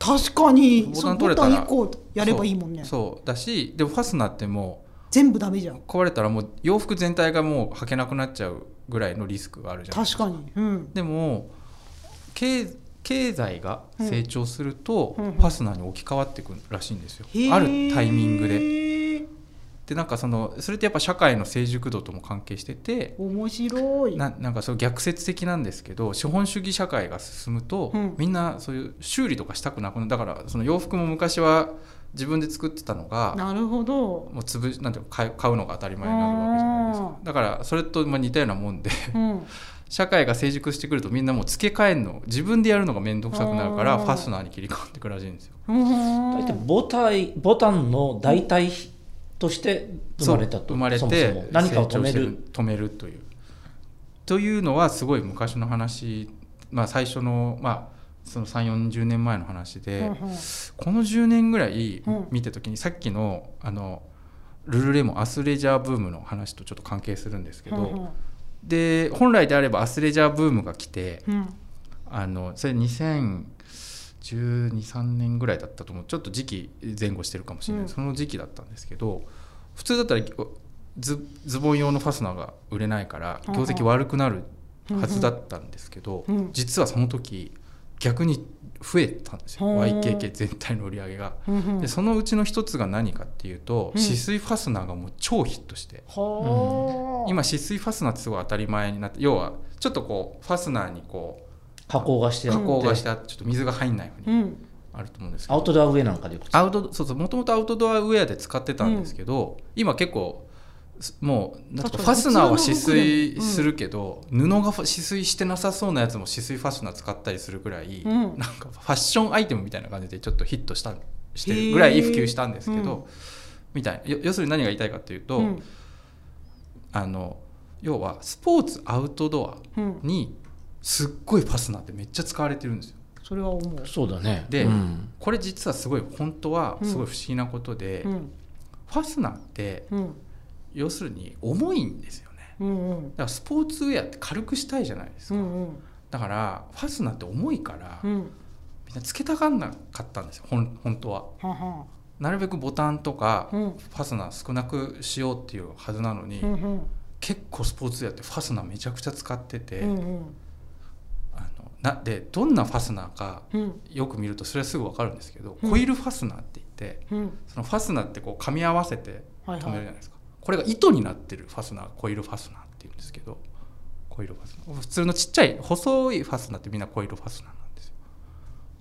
[SPEAKER 3] 確かに
[SPEAKER 1] ボ
[SPEAKER 3] ボ
[SPEAKER 1] タ
[SPEAKER 3] タ
[SPEAKER 1] ン
[SPEAKER 3] ン
[SPEAKER 1] 取
[SPEAKER 3] ボ
[SPEAKER 1] れた
[SPEAKER 3] タ
[SPEAKER 1] ら
[SPEAKER 3] ン1個やればいいもんね
[SPEAKER 1] そうそうだしでもファスナーっても
[SPEAKER 3] 全部ダメじゃ
[SPEAKER 1] うん壊れたらもう洋服全体がもう履けなくなっちゃうぐらいのリスクがあるじゃないです
[SPEAKER 3] 確
[SPEAKER 1] か
[SPEAKER 3] かにうん
[SPEAKER 1] でも経経済が成長すると、
[SPEAKER 3] うんうん
[SPEAKER 1] ファスナーに置き換わっていくらしいんですよ、
[SPEAKER 3] へー
[SPEAKER 1] あるタイミングで。でなんかそのそれってやっぱ社会の成熟度とも関係してて
[SPEAKER 3] 面白い
[SPEAKER 1] ななんかそう逆説的なんですけど資本主義社会が進むと、
[SPEAKER 3] うん
[SPEAKER 1] みんなそういう修理とかしたくなくなるだからその洋服も昔は自分で作ってたのが
[SPEAKER 3] なるほど
[SPEAKER 1] もうつぶなんていうか買う買うのが当たり前になるわけじゃないですか
[SPEAKER 3] あ
[SPEAKER 1] だからそれとまあ似たようなもんで
[SPEAKER 3] うん
[SPEAKER 1] 社会が成熟してくるとみんなもう付け替えるの自分でやるのが面倒くさくなるから
[SPEAKER 3] あー
[SPEAKER 1] ファスナーに切り替わってくらしいんですよ。
[SPEAKER 3] うん
[SPEAKER 2] 大体ボタンボタンの代替として生まれたと
[SPEAKER 1] そう生まれて
[SPEAKER 2] そもそも何かを止め
[SPEAKER 1] 成長
[SPEAKER 2] る
[SPEAKER 1] して止めるという。というのはすごい昔の話、まあ、最初の,、まあその3 4 0年前の話で、
[SPEAKER 3] うんうん
[SPEAKER 1] この10年ぐらい
[SPEAKER 3] うん
[SPEAKER 1] 見た時に、さっきのあのルルレモンアスレジャーブームの話とちょっと関係するんですけど、
[SPEAKER 3] うん
[SPEAKER 1] で本来であればアスレジャーブームが来て
[SPEAKER 3] うん
[SPEAKER 1] あのそれ201213年ぐらいだったと思うちょっと時期前後してるかもしれない、
[SPEAKER 3] うん
[SPEAKER 1] その時期だったんですけど普通だったらズズボン用のファスナーが売れないから
[SPEAKER 3] うんうん
[SPEAKER 1] 業績悪くなるはずだったんですけど、
[SPEAKER 3] うん
[SPEAKER 1] 実はその時逆に増えたんですよ、
[SPEAKER 3] ほう
[SPEAKER 1] YKK 全体の売り上げが。
[SPEAKER 3] うんうん
[SPEAKER 1] でそのうちの一つが何かっていうと、
[SPEAKER 3] うん
[SPEAKER 1] 止水ファスナーがもう超ヒットして、
[SPEAKER 3] はあ
[SPEAKER 1] 今止水ファスナーってすごい当たり前になって要はちょっとこうファスナーにこ
[SPEAKER 2] 加工がして
[SPEAKER 1] う
[SPEAKER 2] あっ
[SPEAKER 1] 加
[SPEAKER 2] て
[SPEAKER 1] 工がしてあってちょっと水が入んないよう
[SPEAKER 3] う
[SPEAKER 1] に
[SPEAKER 3] ん
[SPEAKER 1] あると思うんですけど、
[SPEAKER 2] アウトドアウェイなんかでよく使う
[SPEAKER 1] アウトそうそうもともとアウトドアウェアで使ってたんですけど、今結構すもうなんていうか
[SPEAKER 3] 確
[SPEAKER 1] フ
[SPEAKER 3] か
[SPEAKER 1] ァ
[SPEAKER 3] に
[SPEAKER 1] スナーは
[SPEAKER 3] 普通
[SPEAKER 1] 止
[SPEAKER 3] の服でも
[SPEAKER 1] 水するけど、布がふ止水してなさそうなやつも止水ファスナー使ったりするくらい、
[SPEAKER 3] うん
[SPEAKER 1] なんかファッションアイテムみたいな感じでちょっとヒットしたしてるぐらい普及したんですけど、
[SPEAKER 3] へーうん
[SPEAKER 1] みたいなよ要するに何が言いたいかっていうと、
[SPEAKER 3] うん
[SPEAKER 1] あの要はスポーツアウトドア
[SPEAKER 3] うん
[SPEAKER 1] にすっごいファスナーってめっちゃ使われてるんですよ。
[SPEAKER 3] それは思う
[SPEAKER 2] そうだね
[SPEAKER 1] で
[SPEAKER 2] うん
[SPEAKER 1] これ実はすごい本当はすごい不思議なことで、
[SPEAKER 3] うん
[SPEAKER 1] ファスナーって
[SPEAKER 3] うん
[SPEAKER 1] 要するに重いんですよね
[SPEAKER 3] うんうん
[SPEAKER 1] だからスポーツウェアって軽くしたいじゃないです
[SPEAKER 3] う
[SPEAKER 1] か、
[SPEAKER 3] んうん
[SPEAKER 1] だからファスナーって重いから、
[SPEAKER 3] うん
[SPEAKER 1] みんなつけたがんなかったんですよほん本当は
[SPEAKER 3] はは
[SPEAKER 1] なるべくボタンとか、
[SPEAKER 3] うん
[SPEAKER 1] ファスナー少なくしようっていうはずなのに、
[SPEAKER 3] うんうん
[SPEAKER 1] 結構スポーツウェアってファスナーめちゃくちゃ使ってて、
[SPEAKER 3] うんうん
[SPEAKER 1] あのなでどんなファスナーか
[SPEAKER 3] うん
[SPEAKER 1] よく見るとそれはすぐ分かるんですけど、
[SPEAKER 3] うん
[SPEAKER 1] コイルファスナーって言って
[SPEAKER 3] うん
[SPEAKER 1] そのファスナーってこう噛み合わせて
[SPEAKER 3] はい
[SPEAKER 1] 止める
[SPEAKER 3] は
[SPEAKER 1] じゃないいですか、これが糸になってるファスナーコイルファスナーっていうんですけどコイルファスナー普通のちっちゃい細いファスナーってみんなコイルファスナーなんですよ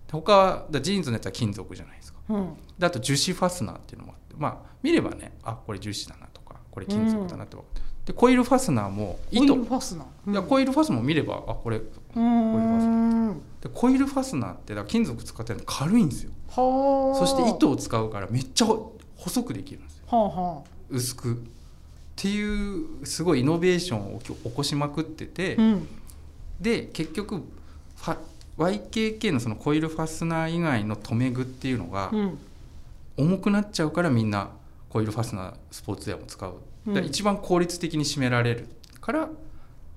[SPEAKER 1] で他はだジーンズのやつは金属じゃないですか
[SPEAKER 3] うん
[SPEAKER 1] であと樹脂ファスナーっていうのもあってまあ見ればねあこれ樹脂だなとかこれ金属だなって分かる、でコイルファスナーも
[SPEAKER 3] コイ
[SPEAKER 1] 糸
[SPEAKER 3] ルファスナーうん
[SPEAKER 1] いやコイルファスナーも見ればあこれで
[SPEAKER 3] うーんは
[SPEAKER 1] コイルファスナーってだから金属使ってるの軽いんですよ
[SPEAKER 3] あ
[SPEAKER 1] そ
[SPEAKER 3] そ
[SPEAKER 1] して糸を使うからめっちゃほ細くできるんですよ
[SPEAKER 3] はあはあ
[SPEAKER 1] 薄くっていうすごいイノベーションを起こしまくってて、
[SPEAKER 3] うん
[SPEAKER 1] で結局ファ YKK のそのコイルファスナー以外の留め具っていうのが
[SPEAKER 3] うん
[SPEAKER 1] 重くなっちゃうからみんなコイルファスナースポーツウェアも使う、
[SPEAKER 3] うん
[SPEAKER 1] だから一番効率的に締められるから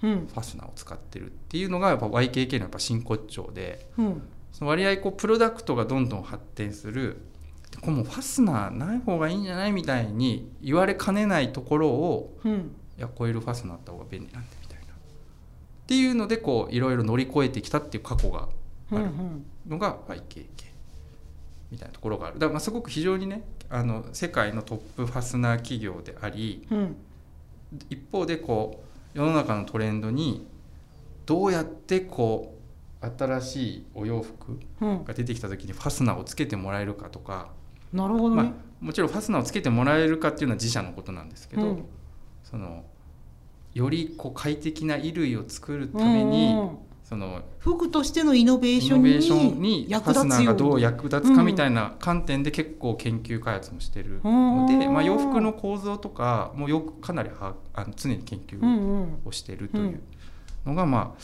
[SPEAKER 1] フ
[SPEAKER 3] うん
[SPEAKER 1] ァスナーを使ってるっていうのがやっぱ YKK のやっぱ真骨頂で
[SPEAKER 3] うん
[SPEAKER 1] その割合こうプロダクトがどんどん発展するでこれもうファスナーない方がいいんじゃないみたいに言われかねないところを
[SPEAKER 3] うん
[SPEAKER 1] いやコイルファスナーあった方が便利なんだみたいなっていうのでこういろいろ乗り越えてきたっていう過去が
[SPEAKER 3] う
[SPEAKER 1] ある
[SPEAKER 3] ん
[SPEAKER 1] のが YKK みたいなところがあるだからまあすごく非常にねあの世界のトップファスナー企業であり
[SPEAKER 3] うん
[SPEAKER 1] 一方でこう世の中のトレンドにどうやってこう新しいお洋服
[SPEAKER 3] うん
[SPEAKER 1] が出てきた時にファスナーをつけてもらえるかとか、
[SPEAKER 3] なるほど
[SPEAKER 1] ま
[SPEAKER 3] ね
[SPEAKER 1] あ、もちろんファスナーをつけてもらえるかっていうのは自社のことなんですけど、
[SPEAKER 3] うん
[SPEAKER 1] そのよりこう快適な衣類を作るために、
[SPEAKER 3] うんうん
[SPEAKER 1] その
[SPEAKER 3] 服としてのイノベー
[SPEAKER 1] イ
[SPEAKER 3] シ
[SPEAKER 1] ノベーシ
[SPEAKER 3] ョ
[SPEAKER 1] ョ
[SPEAKER 3] ン
[SPEAKER 1] ンに
[SPEAKER 3] に
[SPEAKER 1] フ
[SPEAKER 3] 役
[SPEAKER 1] ァス
[SPEAKER 3] 立
[SPEAKER 1] ナ
[SPEAKER 3] つ
[SPEAKER 1] ー
[SPEAKER 3] よ
[SPEAKER 1] が
[SPEAKER 3] う
[SPEAKER 1] どう
[SPEAKER 3] に
[SPEAKER 1] 役立つかみたいな観点で結構研究開発もしてるの
[SPEAKER 3] うん
[SPEAKER 1] で、まあ、洋服の構造とかもよくかなりはあの常に研究
[SPEAKER 3] うんうん
[SPEAKER 1] をしてるというんうのがまあ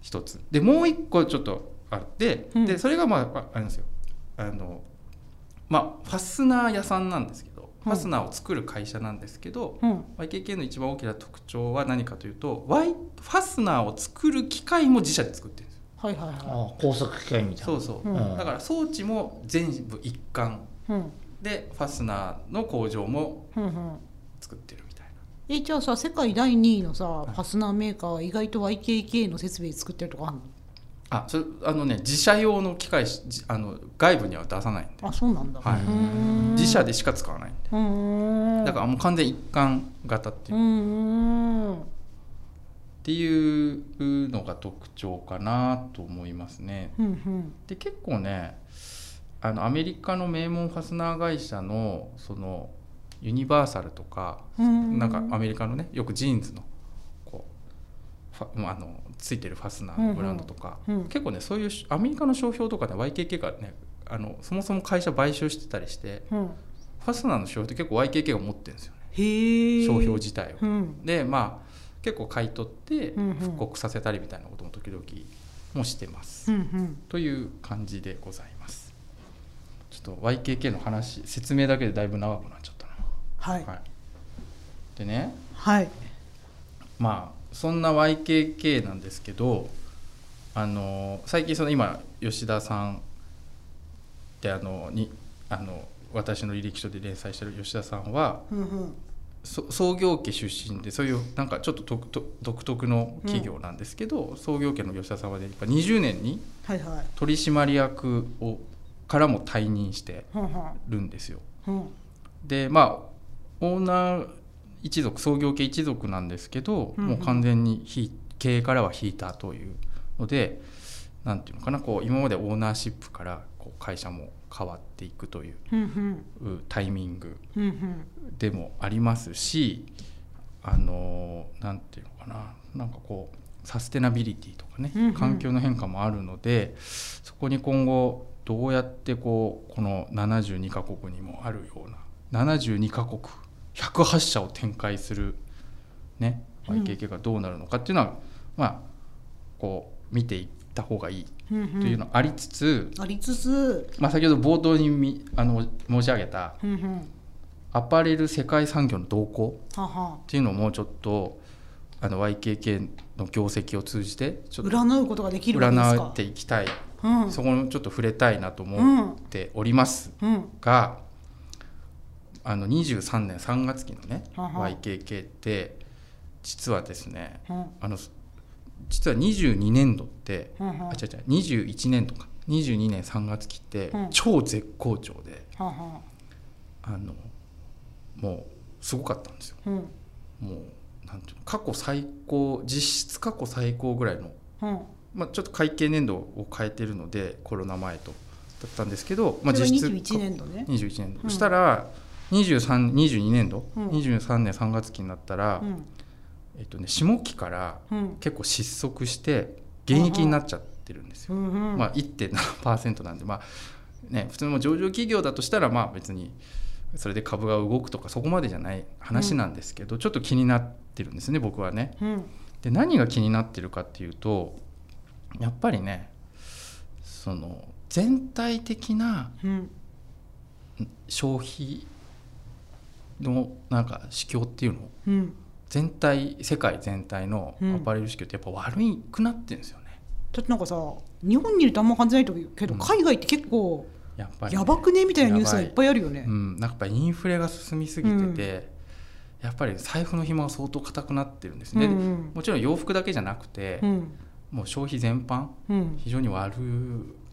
[SPEAKER 1] 一つでもう一個ちょっとあって、
[SPEAKER 3] うん
[SPEAKER 1] でそれがまあああれなんですよあの、まあ、ファスナー屋さんなんですけど、ファスナーを作る会社なんですけど、
[SPEAKER 3] うん
[SPEAKER 1] YKK の一番大きな特徴は何かというと、Y、ファスナーを作る機械も自社で作ってるんですよ
[SPEAKER 3] はいはいは
[SPEAKER 2] あ工作機械みたいな
[SPEAKER 1] そうそう、
[SPEAKER 3] うん
[SPEAKER 1] だから装置も全部一貫
[SPEAKER 3] いうん
[SPEAKER 1] でファスナーの工場も
[SPEAKER 3] うんうん
[SPEAKER 1] 作ってるみたいな
[SPEAKER 3] えじゃあさ世界第2位のさ
[SPEAKER 1] い
[SPEAKER 3] ファスナーメーカーは意外と YKK の設備作ってるとかあるの
[SPEAKER 1] あそれあのね自社用の機械しじあの外部には出さないんで
[SPEAKER 3] あそうなんだ、
[SPEAKER 1] はいう
[SPEAKER 3] ーん
[SPEAKER 1] 自社でしか使わないんで
[SPEAKER 3] うーん
[SPEAKER 1] だからもう完全一貫型っていうう,、
[SPEAKER 3] ー
[SPEAKER 1] っ
[SPEAKER 3] ん
[SPEAKER 1] ていうのが特徴かなと思いますね
[SPEAKER 3] うんうん
[SPEAKER 1] で結構ねあのアメリカの名門ファスナー会社のそのユニバーサルとか
[SPEAKER 3] うーん
[SPEAKER 1] なんかアメリカのねよくジーンズのこうファまああのついてるファスナーのブランドとか、
[SPEAKER 3] うんうんうん
[SPEAKER 1] 結構ねそういうしアメリカの商標とかね YKK がねあのそもそも会社買収してたりして
[SPEAKER 3] うん
[SPEAKER 1] ファスナーの商標って結構 YKK が持ってるんですよね
[SPEAKER 3] へえ
[SPEAKER 1] 商標自体を。
[SPEAKER 3] うん
[SPEAKER 1] でまあ結構買い取って
[SPEAKER 3] うんうん
[SPEAKER 1] 復刻させたりみたいなことも時々もしてます。
[SPEAKER 3] うんうん
[SPEAKER 1] という感じでございます。ちょっと YKK の話説明だけでだいぶ長くなっちゃった
[SPEAKER 3] はい
[SPEAKER 1] な。はい、でね
[SPEAKER 3] はい
[SPEAKER 1] まあそんな YKK なんですけどあの最近その今吉田さんってあのにあの私の履歴書で連載してる吉田さんは
[SPEAKER 3] うんうん
[SPEAKER 1] そ創業家出身でそういうなんかちょっと独特独特の企業なんですけど、創業家の吉田さんはねやっぱ20年に
[SPEAKER 3] はいはい
[SPEAKER 1] 取締役をからも退任して
[SPEAKER 3] うんうん
[SPEAKER 1] るんですよ。
[SPEAKER 3] うん
[SPEAKER 1] でまあオーナー一族創業家一族なんですけど、
[SPEAKER 3] うんうん
[SPEAKER 1] もう完全にひ経営からは引いたというのでなんていうのかなこう今までオーナーシップからこう会社も変わっていくという
[SPEAKER 3] うんうん
[SPEAKER 1] うタイミング
[SPEAKER 3] うんうん
[SPEAKER 1] でもありますしあのなんていうのかななんかこうサステナビリティとかね、
[SPEAKER 3] うんうん
[SPEAKER 1] 環境の変化もあるのでそこに今後どうやってこうこの72カ国にもあるような72カ国108社を展開する、ね、
[SPEAKER 3] うん
[SPEAKER 1] YKK がどうなるのかっていうのは、まあこう見ていった方がいい
[SPEAKER 3] うん
[SPEAKER 1] というのはありつつ、
[SPEAKER 3] ありつつ
[SPEAKER 1] まあ、先ほど冒頭にみあの申し上げた
[SPEAKER 3] うんうん
[SPEAKER 1] アパレル世界産業の動向
[SPEAKER 3] はは
[SPEAKER 1] っていうのもちょっとあの YKK の業績を通じてちょっと
[SPEAKER 3] 占うことができるわけですか
[SPEAKER 1] 占っていきたい、
[SPEAKER 3] うん
[SPEAKER 1] そこにちょっと触れたいなと思っております
[SPEAKER 3] うん
[SPEAKER 1] が、あの23年3月期のね
[SPEAKER 3] はは
[SPEAKER 1] YKK って実はですね
[SPEAKER 3] うん
[SPEAKER 1] あの実は22年度って、
[SPEAKER 3] うんうん
[SPEAKER 1] あ違う違う21年度か22年3月期って
[SPEAKER 3] うん
[SPEAKER 1] 超絶好調で、
[SPEAKER 3] はは
[SPEAKER 1] あのもうすごかったんですよ。
[SPEAKER 3] うん
[SPEAKER 1] もうなんていうの過去最高実質過去最高ぐらいの、
[SPEAKER 3] うん
[SPEAKER 1] まあ、ちょっと会計年度を変えてるのでコロナ前とだったんですけど、まあ、
[SPEAKER 3] それ
[SPEAKER 1] 実
[SPEAKER 3] が
[SPEAKER 1] 質
[SPEAKER 3] 21年度ね
[SPEAKER 1] 21年度、
[SPEAKER 3] うん
[SPEAKER 1] そしたら2322年度、
[SPEAKER 3] うん
[SPEAKER 1] 23年3月期になったら、
[SPEAKER 3] うん
[SPEAKER 1] えっとね、下期から
[SPEAKER 3] うん
[SPEAKER 1] 結構失速して現役になっちゃってるんですよ、
[SPEAKER 3] うんうん
[SPEAKER 1] まあ、1.7%なんで、まあね、普通の上場企業だとしたらまあ別にそれで株が動くとかそこまでじゃない話なんですけど、ちょっと気になってるんですね僕はね。
[SPEAKER 3] うん
[SPEAKER 1] で何が気になってるかっていうとやっぱりねその全体的な
[SPEAKER 3] うん
[SPEAKER 1] 消費のなんか市況っていうの
[SPEAKER 3] うん
[SPEAKER 1] 全体世界全体の
[SPEAKER 3] うん
[SPEAKER 1] アパレル市況ってやっぱ悪いくなってるんですよね。
[SPEAKER 3] だってなんかさ日本にいるとあんま感じないけど、
[SPEAKER 1] うん
[SPEAKER 3] 海外って結構
[SPEAKER 1] やっぱりね、
[SPEAKER 3] やばくねみたいなニュースがいっぱいあるよね
[SPEAKER 1] う。ん、なんかやっぱインフレが進みすぎてて、やっぱり財布の紐が相当硬くなってるんですね、
[SPEAKER 3] うん
[SPEAKER 1] で
[SPEAKER 3] うん
[SPEAKER 1] もちろん洋服だけじゃなくて、
[SPEAKER 3] うん
[SPEAKER 1] もう消費全般
[SPEAKER 3] うん、
[SPEAKER 1] 非常に悪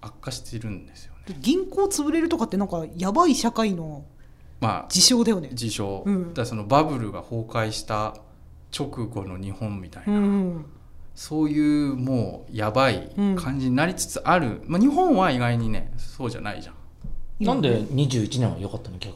[SPEAKER 1] 悪化してるんですよね
[SPEAKER 3] 銀行潰れるとかってなんかやばい社会の
[SPEAKER 1] まあ
[SPEAKER 3] 事象だよね。
[SPEAKER 1] 事象、
[SPEAKER 3] うん
[SPEAKER 1] だからそのバブルが崩壊した直後の日本みたいな、
[SPEAKER 3] うん
[SPEAKER 1] そういうもうやばい感じになりつつある、まあ、日本は意外にねそうじゃないじゃん
[SPEAKER 2] なんで21年は良かったの逆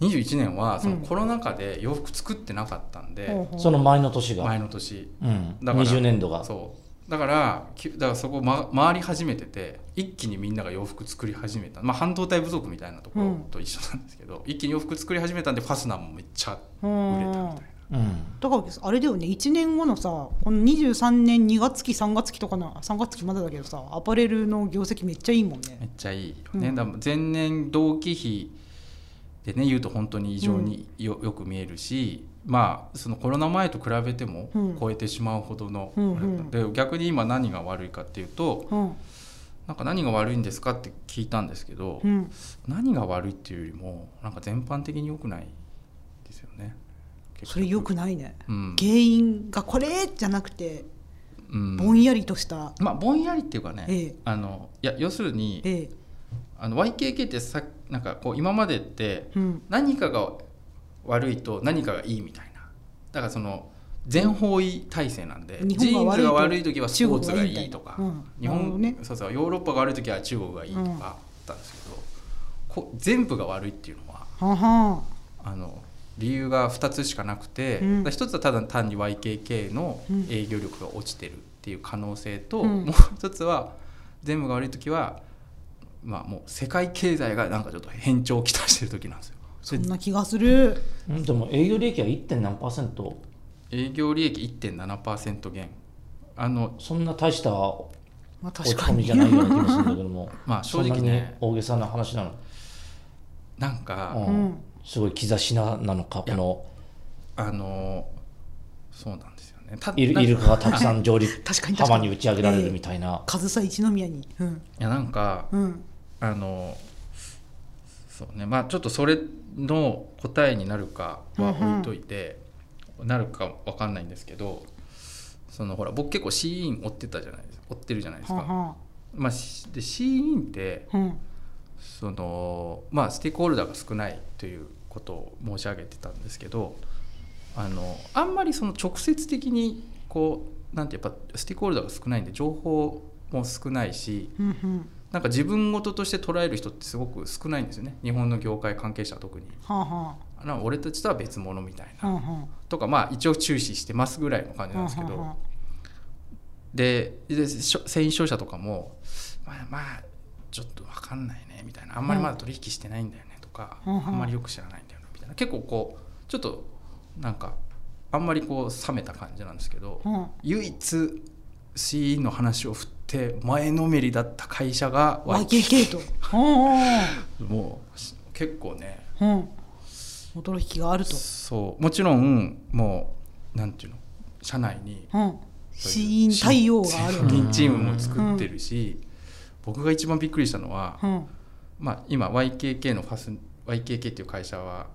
[SPEAKER 2] に
[SPEAKER 1] 21年はその
[SPEAKER 3] うん
[SPEAKER 1] コロナ禍で洋服作ってなかったんで、
[SPEAKER 3] ほうほう
[SPEAKER 2] その前の年が、
[SPEAKER 1] 前の年
[SPEAKER 2] うん、
[SPEAKER 1] だから
[SPEAKER 2] 20年度が
[SPEAKER 1] そうだからきだからそこ、ま、回り始めてて一気にみんなが洋服作り始めた、まあ、半導体不足みたいなところと一緒なんですけど、一気に洋服作り始めたんでファスナーもめっちゃ売れたみたいな、
[SPEAKER 2] うん、
[SPEAKER 3] だからあれだよね1年後のさこの23年2月期3月期とかな3月期まだだけどさアパレルの業績めっちゃいいもん
[SPEAKER 1] め
[SPEAKER 3] ね
[SPEAKER 1] っちゃいいよね、
[SPEAKER 3] うん
[SPEAKER 1] だから前年同期比でね言うと本当に異常によ,、よく見えるしまあそのコロナ前と比べても
[SPEAKER 3] うん
[SPEAKER 1] 超えてしまうほどの、
[SPEAKER 3] うんうん
[SPEAKER 1] で逆に今何が悪いかっていうと
[SPEAKER 3] うん
[SPEAKER 1] なんか何が悪いんですかって聞いたんですけど、
[SPEAKER 3] うん
[SPEAKER 1] 何が悪いっていうよりもなんか全般的に良くないですよね。
[SPEAKER 3] それよくないね
[SPEAKER 1] うん、
[SPEAKER 3] 原因がこれじゃなくて
[SPEAKER 1] うん
[SPEAKER 3] ぼんやりとした
[SPEAKER 1] まあぼんやりっていうかね、
[SPEAKER 3] ええ
[SPEAKER 1] あのいや要するに
[SPEAKER 3] ええ
[SPEAKER 1] あの YKK ってさなんかこう今までって
[SPEAKER 3] うん
[SPEAKER 1] 何かが悪いと何かがいいみたいなだからその全方位体制なんでジ
[SPEAKER 3] 日
[SPEAKER 1] ー
[SPEAKER 3] 本
[SPEAKER 1] ン
[SPEAKER 3] が悪い
[SPEAKER 1] ズが悪
[SPEAKER 3] と
[SPEAKER 1] い時はスポーツが
[SPEAKER 3] 中国がい
[SPEAKER 1] い
[SPEAKER 3] い
[SPEAKER 1] い
[SPEAKER 3] みた
[SPEAKER 1] と
[SPEAKER 3] いな
[SPEAKER 1] か
[SPEAKER 3] うん
[SPEAKER 1] 日
[SPEAKER 3] なるほど
[SPEAKER 1] 本、
[SPEAKER 3] ね
[SPEAKER 1] そうそうヨーロッパが悪い時は中国がいいとか
[SPEAKER 3] うん
[SPEAKER 1] あったんですけど、こう全部が悪いっていうのは
[SPEAKER 3] はは
[SPEAKER 1] あの理由が2つしかなくて、
[SPEAKER 3] うん
[SPEAKER 1] だから1つはただ単に YKK の
[SPEAKER 3] うん
[SPEAKER 1] 営業力が落ちてるっていう可能性と、
[SPEAKER 3] うん
[SPEAKER 1] もう1つは全部が悪い時は、まあ、もう世界経済がなんかちょっと変調をきたしてる時なんですよ。そ
[SPEAKER 3] そ
[SPEAKER 1] れ
[SPEAKER 3] んな気がする
[SPEAKER 2] うんでも営業利益は 1. 何パーセント
[SPEAKER 1] 営業利益1.7%減あの、
[SPEAKER 2] そんな大した落
[SPEAKER 3] まあ確
[SPEAKER 2] ち込
[SPEAKER 3] か
[SPEAKER 2] み
[SPEAKER 3] に
[SPEAKER 2] じゃないような気もするんだけども
[SPEAKER 1] まあ正直ね
[SPEAKER 2] そんなに大げさな話なの、
[SPEAKER 1] なんか、
[SPEAKER 2] う
[SPEAKER 3] うんん
[SPEAKER 2] すごい兆しななのか
[SPEAKER 1] い
[SPEAKER 2] こ
[SPEAKER 1] や
[SPEAKER 2] の
[SPEAKER 1] あのそうなんですよね。た
[SPEAKER 2] イルイルカがたくさん上陸
[SPEAKER 3] 確かに確かに
[SPEAKER 2] 浜に打ち上げられるみたいな、
[SPEAKER 3] 上総一宮にうん
[SPEAKER 1] いやなんか
[SPEAKER 3] うん
[SPEAKER 1] あのそうねまあちょっとそれの答えになるかは置いといて、なるかわかんないんですけどそのほら僕結構シーイン追ってたじゃないですか追ってるじゃないです
[SPEAKER 3] は
[SPEAKER 1] か。
[SPEAKER 3] は
[SPEAKER 1] まあ、しでシーインって
[SPEAKER 3] うん
[SPEAKER 1] そのまあステークホルダーが少ないということを申し上げてたんですけどあのあんまりその直接的にこうなんてやっぱステークホルダーが少ないんで情報も少ないし
[SPEAKER 3] うんうん
[SPEAKER 1] なんか自分事として捉える人ってすごく少ないんですよね日本の業界関係者は特に
[SPEAKER 3] はは
[SPEAKER 1] あなんか俺たちとは別物みたいな
[SPEAKER 3] はは
[SPEAKER 1] とかまあ一応注視してますぐらいの感じなんですけどででしょ繊維商社とかもまあまあちょっと分かんないねみたいなあんまりまだ取引してないんだよねとかあ
[SPEAKER 3] うんうん
[SPEAKER 1] んまりよく知らないんだよねみたいな結構こうちょっとなんかあんまりこう冷めた感じなんですけど
[SPEAKER 3] うん
[SPEAKER 1] 唯一 CE の話を振って前のめりだった会社が
[SPEAKER 3] YKK とうん
[SPEAKER 1] もうし結構ね
[SPEAKER 3] うんうん驚きがあると
[SPEAKER 1] そうもちろんもうなんていうの社内に
[SPEAKER 3] うん、死因対応があるよね。
[SPEAKER 1] 新チームも作ってるし、僕が一番びっくりしたのは、
[SPEAKER 3] うん、
[SPEAKER 1] まあ、今 YKK のファス YKK っていう会社は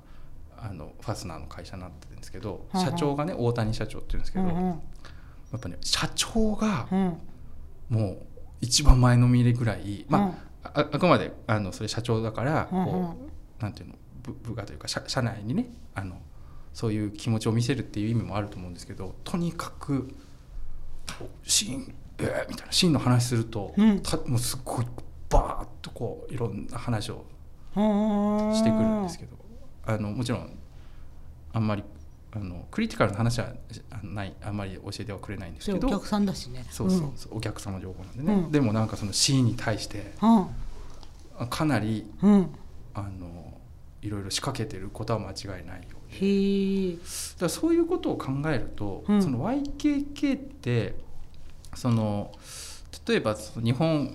[SPEAKER 1] あのファスナーの会社になってるんですけど、
[SPEAKER 3] うんうん
[SPEAKER 1] 社長がね大谷社長っていうんですけ
[SPEAKER 3] う
[SPEAKER 1] ど、や
[SPEAKER 3] ん
[SPEAKER 1] っぱね社長が
[SPEAKER 3] うん、
[SPEAKER 1] もう一番前のめりぐらい、
[SPEAKER 3] う
[SPEAKER 1] ま
[SPEAKER 3] ん
[SPEAKER 1] あ、ああくまであのそれ社長だからこ
[SPEAKER 3] う
[SPEAKER 1] う、
[SPEAKER 3] んうん
[SPEAKER 1] なんていうの部部下というか社社内にねあのそういう気持ちを見せるっていう意味もあると思うんですけどとにかく「シーンえーみたいなシーンの話すると、
[SPEAKER 3] うん
[SPEAKER 1] たもうすっごいバーッとこういろんな話を
[SPEAKER 3] はあ
[SPEAKER 1] してくるんですけどあのもちろんあんまりあのクリティカルな話はあないあんまり教えてはくれないんです
[SPEAKER 3] そ
[SPEAKER 1] け
[SPEAKER 3] れお
[SPEAKER 1] ど
[SPEAKER 3] 客さんだしね
[SPEAKER 1] そうそう
[SPEAKER 3] うん
[SPEAKER 1] そうお客様情報なんでね、
[SPEAKER 3] うん
[SPEAKER 1] でもなんかそのシーンに対して
[SPEAKER 3] は
[SPEAKER 1] あかなり
[SPEAKER 3] あうん
[SPEAKER 1] あのいろいろ仕掛けてることは間違いないようで
[SPEAKER 3] へえ
[SPEAKER 1] だからそういうことを考えると、
[SPEAKER 3] うん
[SPEAKER 1] その YKK ってその例えばその日本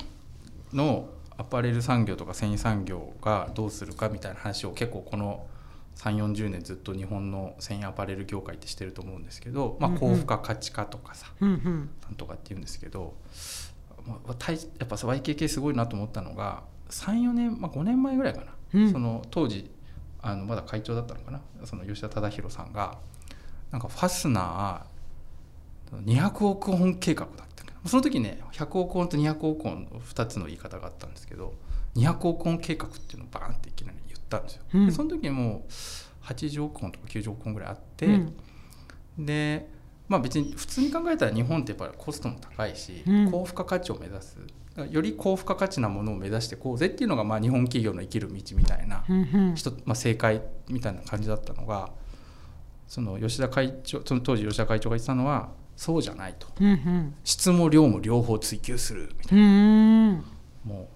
[SPEAKER 1] のアパレル産業とか繊維産業がどうするかみたいな話を結構この3 4 0年ずっと日本の繊維アパレル業界ってしてると思うんですけど、まあ、
[SPEAKER 3] うんうん
[SPEAKER 1] 高付加価値化とかさ、
[SPEAKER 3] うんうん
[SPEAKER 1] なんとかって言うんですけど、まあ、大やっぱさ YKK すごいなと思ったのが34年、まあ、5年前ぐらいかな、
[SPEAKER 3] うん
[SPEAKER 1] その当時あのまだ会長だったのかなその吉田忠宏さんがなんかファスナー200億本計画だったかなその時ね100億本と200億本の2つの言い方があったんですけど200億本計画っていうのをバーンっていきなり言ったんですよ。
[SPEAKER 3] うん
[SPEAKER 1] でその時もう80億本とか90億本ぐらいあって、
[SPEAKER 3] うん
[SPEAKER 1] でまあ別に普通に考えたら日本ってやっぱりコストも高いし、
[SPEAKER 3] うん
[SPEAKER 1] 高付加価値を目指すだからより高付加価値なものを目指してこうぜっていうのがまあ日本企業の生きる道みたいな、
[SPEAKER 3] うんうん
[SPEAKER 1] 一つまあ、正解みたいな感じだったのがその吉田会長その当時吉田会長が言ってたのはそうじゃないと
[SPEAKER 3] うんうん
[SPEAKER 1] 質も量も両方追求するみたいう
[SPEAKER 3] ーん
[SPEAKER 1] なもう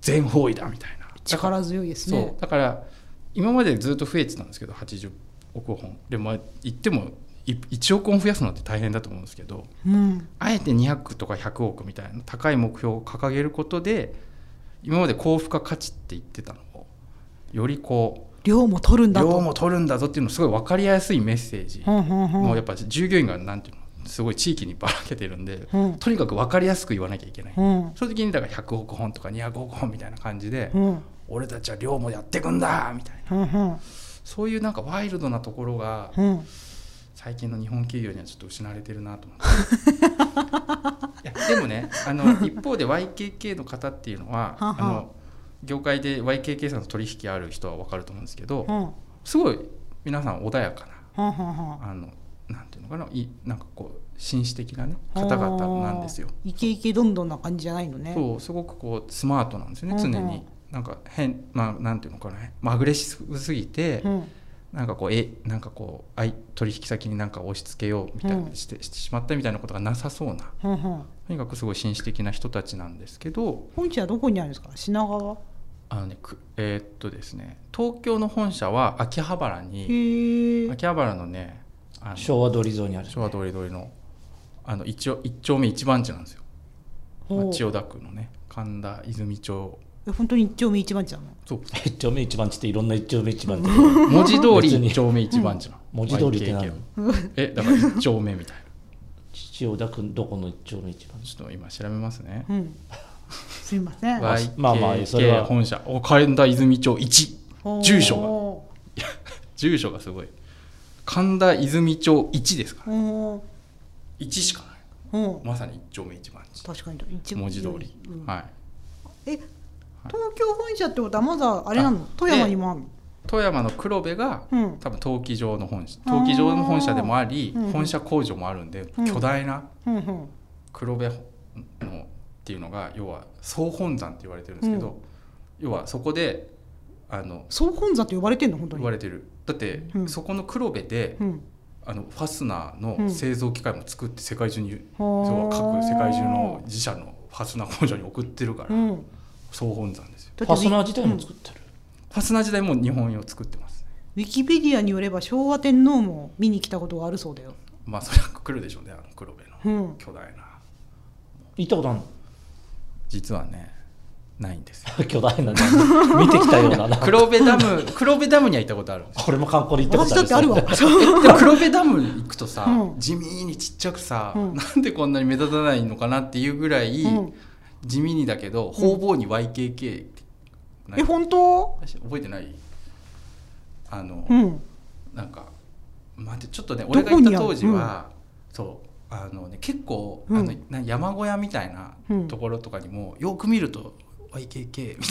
[SPEAKER 1] 全方位だみたいなだから
[SPEAKER 3] 力強いです
[SPEAKER 1] そ
[SPEAKER 3] ね
[SPEAKER 1] うだから今までずっと増えてたんですけど80億本でも言ってもい1億本増やすのって大変だと思うんですけど
[SPEAKER 3] うん
[SPEAKER 1] あえて200とか100億みたいな高い目標を掲げることで今まで高付加価値って言ってたのをよりこ
[SPEAKER 3] 量も取る
[SPEAKER 1] うん
[SPEAKER 3] だと
[SPEAKER 1] 量も取るんだぞっていうのすごい分かりやすいメッセージ
[SPEAKER 3] うんうんうん
[SPEAKER 1] もうやっぱ従業員がなんていうのすごい地域にばらけてるんで
[SPEAKER 3] うん
[SPEAKER 1] とにかく分かりやすく言わなきゃいけない
[SPEAKER 3] うん
[SPEAKER 1] その時にだから100億本とか200億本みたいな感じで
[SPEAKER 3] うんうん
[SPEAKER 1] 俺たちは量もやってくんだみたいな
[SPEAKER 3] うん
[SPEAKER 1] そういうなんかワイルドなところが
[SPEAKER 3] うん
[SPEAKER 1] 最近の日本企業にはちょっと失われてるなと思 っていやでもねあの一方で YKK の方っていうのは
[SPEAKER 3] はは
[SPEAKER 1] あの業界で YKK さんの取引ある人は分かると思うんですけど
[SPEAKER 3] うん
[SPEAKER 1] すごい皆さん穏やかな
[SPEAKER 3] はんはんはん
[SPEAKER 1] あのなんていうのかないなんかこう紳士的なね方々なんですよ
[SPEAKER 3] あ。ーイケイケどんどんな感じじゃないのね
[SPEAKER 1] そうすごくこうスマートなんですよね
[SPEAKER 3] うん
[SPEAKER 1] 常
[SPEAKER 3] うん
[SPEAKER 1] に。なんか変まあなんていうのかな、まあ、アグレッシブすぎて、
[SPEAKER 3] うん
[SPEAKER 1] なんかこうえなんかこうあい取引先になんか押し付けようみたいな、
[SPEAKER 3] うん
[SPEAKER 1] してしてしまったみたいなことがなさそうな
[SPEAKER 3] うんうん
[SPEAKER 1] とにかくすごい紳士的な人たちなんですけど
[SPEAKER 3] 本地はどこにあるんですか品川
[SPEAKER 1] あの、ねくえーっとですね東京の本社は秋葉原に
[SPEAKER 3] へえ
[SPEAKER 1] 秋葉原のねあの
[SPEAKER 2] 昭和通り沿いにある
[SPEAKER 1] 昭和通り通りのあの一応一丁目一番地なんですよ、まあ
[SPEAKER 3] ほう
[SPEAKER 1] 千代田区のね神田泉町
[SPEAKER 3] え本当に一丁目一番地なの
[SPEAKER 1] そう
[SPEAKER 2] 一丁目一番地っていろんな一丁目一番地
[SPEAKER 1] 文字通り
[SPEAKER 2] 別に
[SPEAKER 1] 一丁目一番地なの
[SPEAKER 2] 文字通りって何
[SPEAKER 1] YKK えだから一丁目みたいな
[SPEAKER 2] 千代田区どこの一丁目一番地
[SPEAKER 1] ちょっと今調べますね
[SPEAKER 3] うんすいません
[SPEAKER 1] YKK
[SPEAKER 2] まあまあそれは
[SPEAKER 1] 本社お神田泉町1
[SPEAKER 3] ほう
[SPEAKER 1] 住所が住所がすごい神田泉町1ですから
[SPEAKER 3] うん
[SPEAKER 1] 1しかない
[SPEAKER 3] うん
[SPEAKER 1] まさに一丁目一番地
[SPEAKER 3] 確かに一
[SPEAKER 1] 文字通り、
[SPEAKER 3] うん
[SPEAKER 1] はい
[SPEAKER 3] え東京本社ってことはまだあれなの富山にもあるの
[SPEAKER 1] 富山の黒部が、
[SPEAKER 3] うん
[SPEAKER 1] 多分陶器場の本社陶器場の本社でもあり
[SPEAKER 3] うん
[SPEAKER 1] 本社工場もあるんで、
[SPEAKER 3] うん
[SPEAKER 1] 巨大な
[SPEAKER 3] うんうん
[SPEAKER 1] 黒部のっていうのが要は総本山って言われてるんですけど、要はそこであの
[SPEAKER 3] 総本座って呼ばれてんの本当
[SPEAKER 1] 言
[SPEAKER 3] に
[SPEAKER 1] われてるだって、
[SPEAKER 3] うん
[SPEAKER 1] そこの黒部で、
[SPEAKER 3] うん
[SPEAKER 1] あのファスナーの製造機械も作って世界中に、
[SPEAKER 3] はあ
[SPEAKER 1] 要は各世界中の自社のファスナー工場に送ってるから、
[SPEAKER 3] うん
[SPEAKER 1] 総本山ですよ
[SPEAKER 2] ファスナー自体も作ってる、
[SPEAKER 1] ファスナー時代も日本用作ってますね
[SPEAKER 3] ウィキペディアによれば昭和天皇も見に来たことがあるそうだよ。
[SPEAKER 1] まあそれは来るでしょうねあの黒部
[SPEAKER 3] う
[SPEAKER 1] の
[SPEAKER 3] ん。
[SPEAKER 1] 巨大な
[SPEAKER 2] 行ったことある
[SPEAKER 1] 実はねないんですよ
[SPEAKER 2] の 巨大なの見てきたようなな
[SPEAKER 1] 黒部ダム黒部ダムには行ったことあるんですよ
[SPEAKER 2] 俺も観光で行ったこ
[SPEAKER 3] 私
[SPEAKER 2] と
[SPEAKER 3] だってあるわ。
[SPEAKER 1] でも黒部ダム行くとさ、
[SPEAKER 3] うん
[SPEAKER 1] 地味にちっちゃくさ、
[SPEAKER 3] うん
[SPEAKER 1] なんでこんなに目立たないのかなっていうぐらい、
[SPEAKER 3] うん
[SPEAKER 1] 地味にだけど方々に YKK ってない
[SPEAKER 3] え本当？
[SPEAKER 1] 覚えてないあの、
[SPEAKER 3] うん。
[SPEAKER 1] なんか待ってちょっとね
[SPEAKER 3] どこ
[SPEAKER 1] 俺
[SPEAKER 3] に
[SPEAKER 1] が行った当時は、そうあのね結構、あの
[SPEAKER 3] うん
[SPEAKER 1] な山小屋みたいな
[SPEAKER 3] うん
[SPEAKER 1] ところとかにも、よく見ると YKK み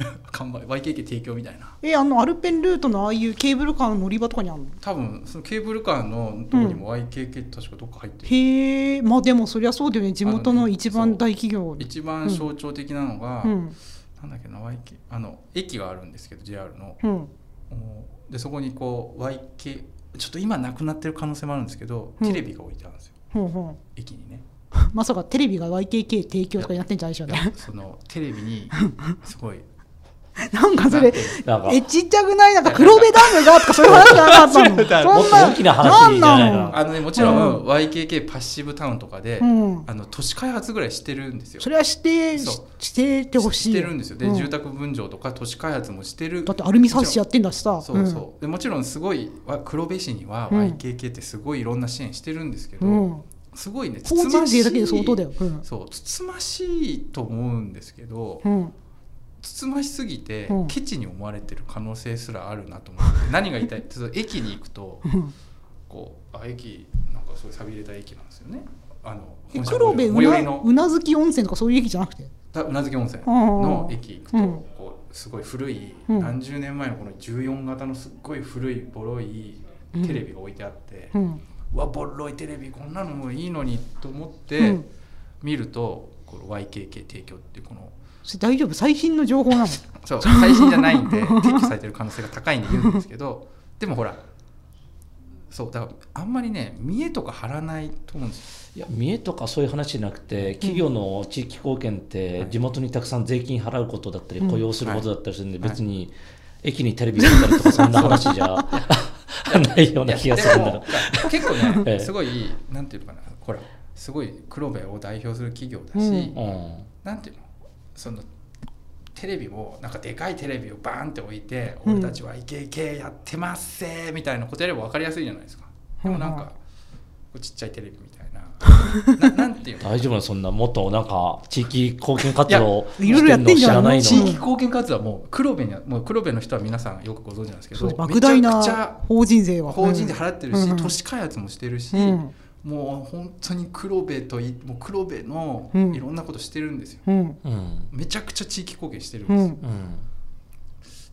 [SPEAKER 1] たいな 看板 YKK 提供みたいな
[SPEAKER 3] えあのアルペンルートのああいうケーブルカーの乗り場とかにあるの？
[SPEAKER 1] 多分そのケーブルカーのとこにも YKK って確かどっか入ってる、
[SPEAKER 3] へえ。まあでもそりゃそうだよね。地元
[SPEAKER 1] あの
[SPEAKER 3] の
[SPEAKER 1] ね
[SPEAKER 3] 一番大企業。
[SPEAKER 1] 一番象徴的なのが、
[SPEAKER 3] うん。
[SPEAKER 1] なんだっけな YK あの駅があるんですけど JR の
[SPEAKER 3] うん
[SPEAKER 1] おでそこにこう YK ちょっと今なくなってる可能性もあるんですけど、
[SPEAKER 3] うん
[SPEAKER 1] テレビが置いてあるんですよ
[SPEAKER 3] ほうほ
[SPEAKER 1] 駅にね
[SPEAKER 3] うまさかテレビが YKK 提供とかになってんじゃないでしょう
[SPEAKER 1] いや
[SPEAKER 3] ね
[SPEAKER 1] そのテレビにすごい
[SPEAKER 3] なんかそれ
[SPEAKER 2] なんか
[SPEAKER 3] えちっちゃくないなんか黒部ダムがとかそういう話じゃなかったの
[SPEAKER 1] 違う違う
[SPEAKER 2] もっと大きな話じゃないか
[SPEAKER 1] あのねもちろん YKK パッシブタウンとかで、
[SPEAKER 3] うん
[SPEAKER 1] あの都市開発ぐらいしてるんですよ
[SPEAKER 3] それはしてし
[SPEAKER 1] そう
[SPEAKER 3] しててほしい
[SPEAKER 1] してるんですよで、
[SPEAKER 3] うん
[SPEAKER 1] 住宅分譲とか都市開発もしてる
[SPEAKER 3] だってアルミサウスやってんだしさ
[SPEAKER 1] そうそう、でもちろんすごいわ黒部市には
[SPEAKER 3] うん
[SPEAKER 1] YKK ってすごいいろんな支援してるんですけど、
[SPEAKER 3] うんうん、
[SPEAKER 1] すごいねつ
[SPEAKER 3] 法
[SPEAKER 1] つま
[SPEAKER 3] 人
[SPEAKER 1] し
[SPEAKER 3] 税
[SPEAKER 1] い
[SPEAKER 3] だけで相当だよ、うん
[SPEAKER 1] そうつつましいと思うんですけど、
[SPEAKER 3] うん、
[SPEAKER 1] つつましすぎて、
[SPEAKER 3] うん
[SPEAKER 1] ケチに思われてる可能性すらあるなと思って何が言いたいちょっと駅に行くと
[SPEAKER 3] うん
[SPEAKER 1] こうあ駅なんかすごい寂れた駅なんですよねあの
[SPEAKER 3] え
[SPEAKER 1] 本社
[SPEAKER 3] 黒部
[SPEAKER 1] 最
[SPEAKER 3] う
[SPEAKER 1] 寄り
[SPEAKER 3] な
[SPEAKER 1] の
[SPEAKER 3] うなずき温泉とかそういう駅じゃなくて
[SPEAKER 1] たうなずき温泉の
[SPEAKER 3] の
[SPEAKER 1] 駅行くと、
[SPEAKER 3] うん
[SPEAKER 1] こうすごい古い、
[SPEAKER 3] うん
[SPEAKER 1] 何十年前のこの14型のすっごい古いボロいテレビが置いてあって、う
[SPEAKER 3] うん
[SPEAKER 1] わボロいテレビこんなのもいいのにと思って、
[SPEAKER 3] うん
[SPEAKER 1] 見るとこの YKK 提供っていうこの
[SPEAKER 3] それ大丈夫最新の情報なの
[SPEAKER 1] そう最新じゃないんで 撤去されてる可能性が高いんで言うんですけどでもほらそうだからあんまりね見栄とか張らないと思うんです
[SPEAKER 2] いや三重とかそういう話じゃなくて企業の地域貢献って地元にたくさん税金払うことだったり
[SPEAKER 3] うん
[SPEAKER 2] 雇用することだったりするんで
[SPEAKER 1] はい
[SPEAKER 2] 別に駅にテレビ置いたりとかそんな話じゃないような気
[SPEAKER 1] よ
[SPEAKER 2] がするんだ
[SPEAKER 1] いや
[SPEAKER 2] よ
[SPEAKER 1] でも 結構
[SPEAKER 2] ええ
[SPEAKER 1] ねすごいなんていうのかなほらすごい黒部を代表する企業だし、
[SPEAKER 3] うん
[SPEAKER 2] うん
[SPEAKER 1] なんていうのそのテレビをなんかでかいテレビをバーンって置いて「
[SPEAKER 3] うん
[SPEAKER 1] 俺たちはイケイケやってますぜ」みたいなことやれば分かりやすいじゃないですかでもなん
[SPEAKER 3] うんうん
[SPEAKER 1] かこうちっちゃいテレビみたい なななんていうの
[SPEAKER 2] 大丈夫なのそんなもっとなんか地域貢献活動を
[SPEAKER 3] いやいろいろやってんじゃん
[SPEAKER 2] 知
[SPEAKER 1] 地
[SPEAKER 2] ら
[SPEAKER 1] 域
[SPEAKER 2] ないの
[SPEAKER 1] 貢献活動はもう黒部にはもう黒部の人は皆さんよくご存知なんですけど
[SPEAKER 3] そう莫
[SPEAKER 1] め
[SPEAKER 3] 大な
[SPEAKER 1] ちゃ
[SPEAKER 3] 法人税
[SPEAKER 1] くちゃ
[SPEAKER 3] は
[SPEAKER 1] 法人で払ってるし、
[SPEAKER 3] うんうん
[SPEAKER 1] 都市開発もしてるし、
[SPEAKER 3] うん
[SPEAKER 1] もう本当に黒部といもう黒部の
[SPEAKER 3] うん
[SPEAKER 1] いろんなことしてるんですよ、
[SPEAKER 3] うん
[SPEAKER 2] うん
[SPEAKER 1] めちゃくちゃ地域貢献してるん
[SPEAKER 3] う
[SPEAKER 1] ですよ、
[SPEAKER 3] ん
[SPEAKER 2] うん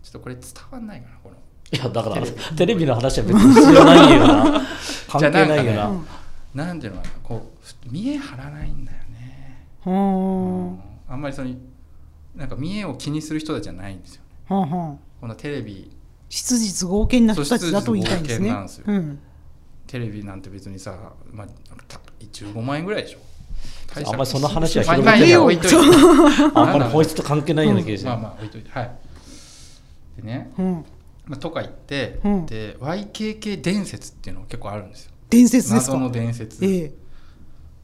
[SPEAKER 1] ちょっとこれ伝わんないかなこの
[SPEAKER 2] いやだからテレビの話は別に必要ないよな関係ないよ
[SPEAKER 1] じゃあ
[SPEAKER 2] な
[SPEAKER 1] なんなんていうのかなこう見栄張らないんだよね、
[SPEAKER 3] うん
[SPEAKER 1] うん
[SPEAKER 3] は
[SPEAKER 1] あんまりそのなんか見栄を気にする人たちじゃないんですよね
[SPEAKER 3] あはあ
[SPEAKER 1] このテレビ
[SPEAKER 3] 質実剛健な人たちだと言いたいんですね
[SPEAKER 1] そう質実剛
[SPEAKER 3] う
[SPEAKER 1] 健
[SPEAKER 3] ん
[SPEAKER 1] テレビなんて別にさ、まあ、た15万円ぐらいでしょ大した
[SPEAKER 2] あんまりその話は
[SPEAKER 1] まあ
[SPEAKER 2] 広
[SPEAKER 1] まあ
[SPEAKER 2] げ
[SPEAKER 1] いい
[SPEAKER 2] てない
[SPEAKER 1] よ置いといて
[SPEAKER 2] あんまり本質と関係ないような気がする
[SPEAKER 1] まあまあ置いといてはいでね、
[SPEAKER 3] うん
[SPEAKER 1] まあ、とか言って、
[SPEAKER 3] うん
[SPEAKER 1] で YKK 伝説っていうのが結構あるんですよ
[SPEAKER 3] 伝説ですか
[SPEAKER 1] 謎の伝説、
[SPEAKER 3] え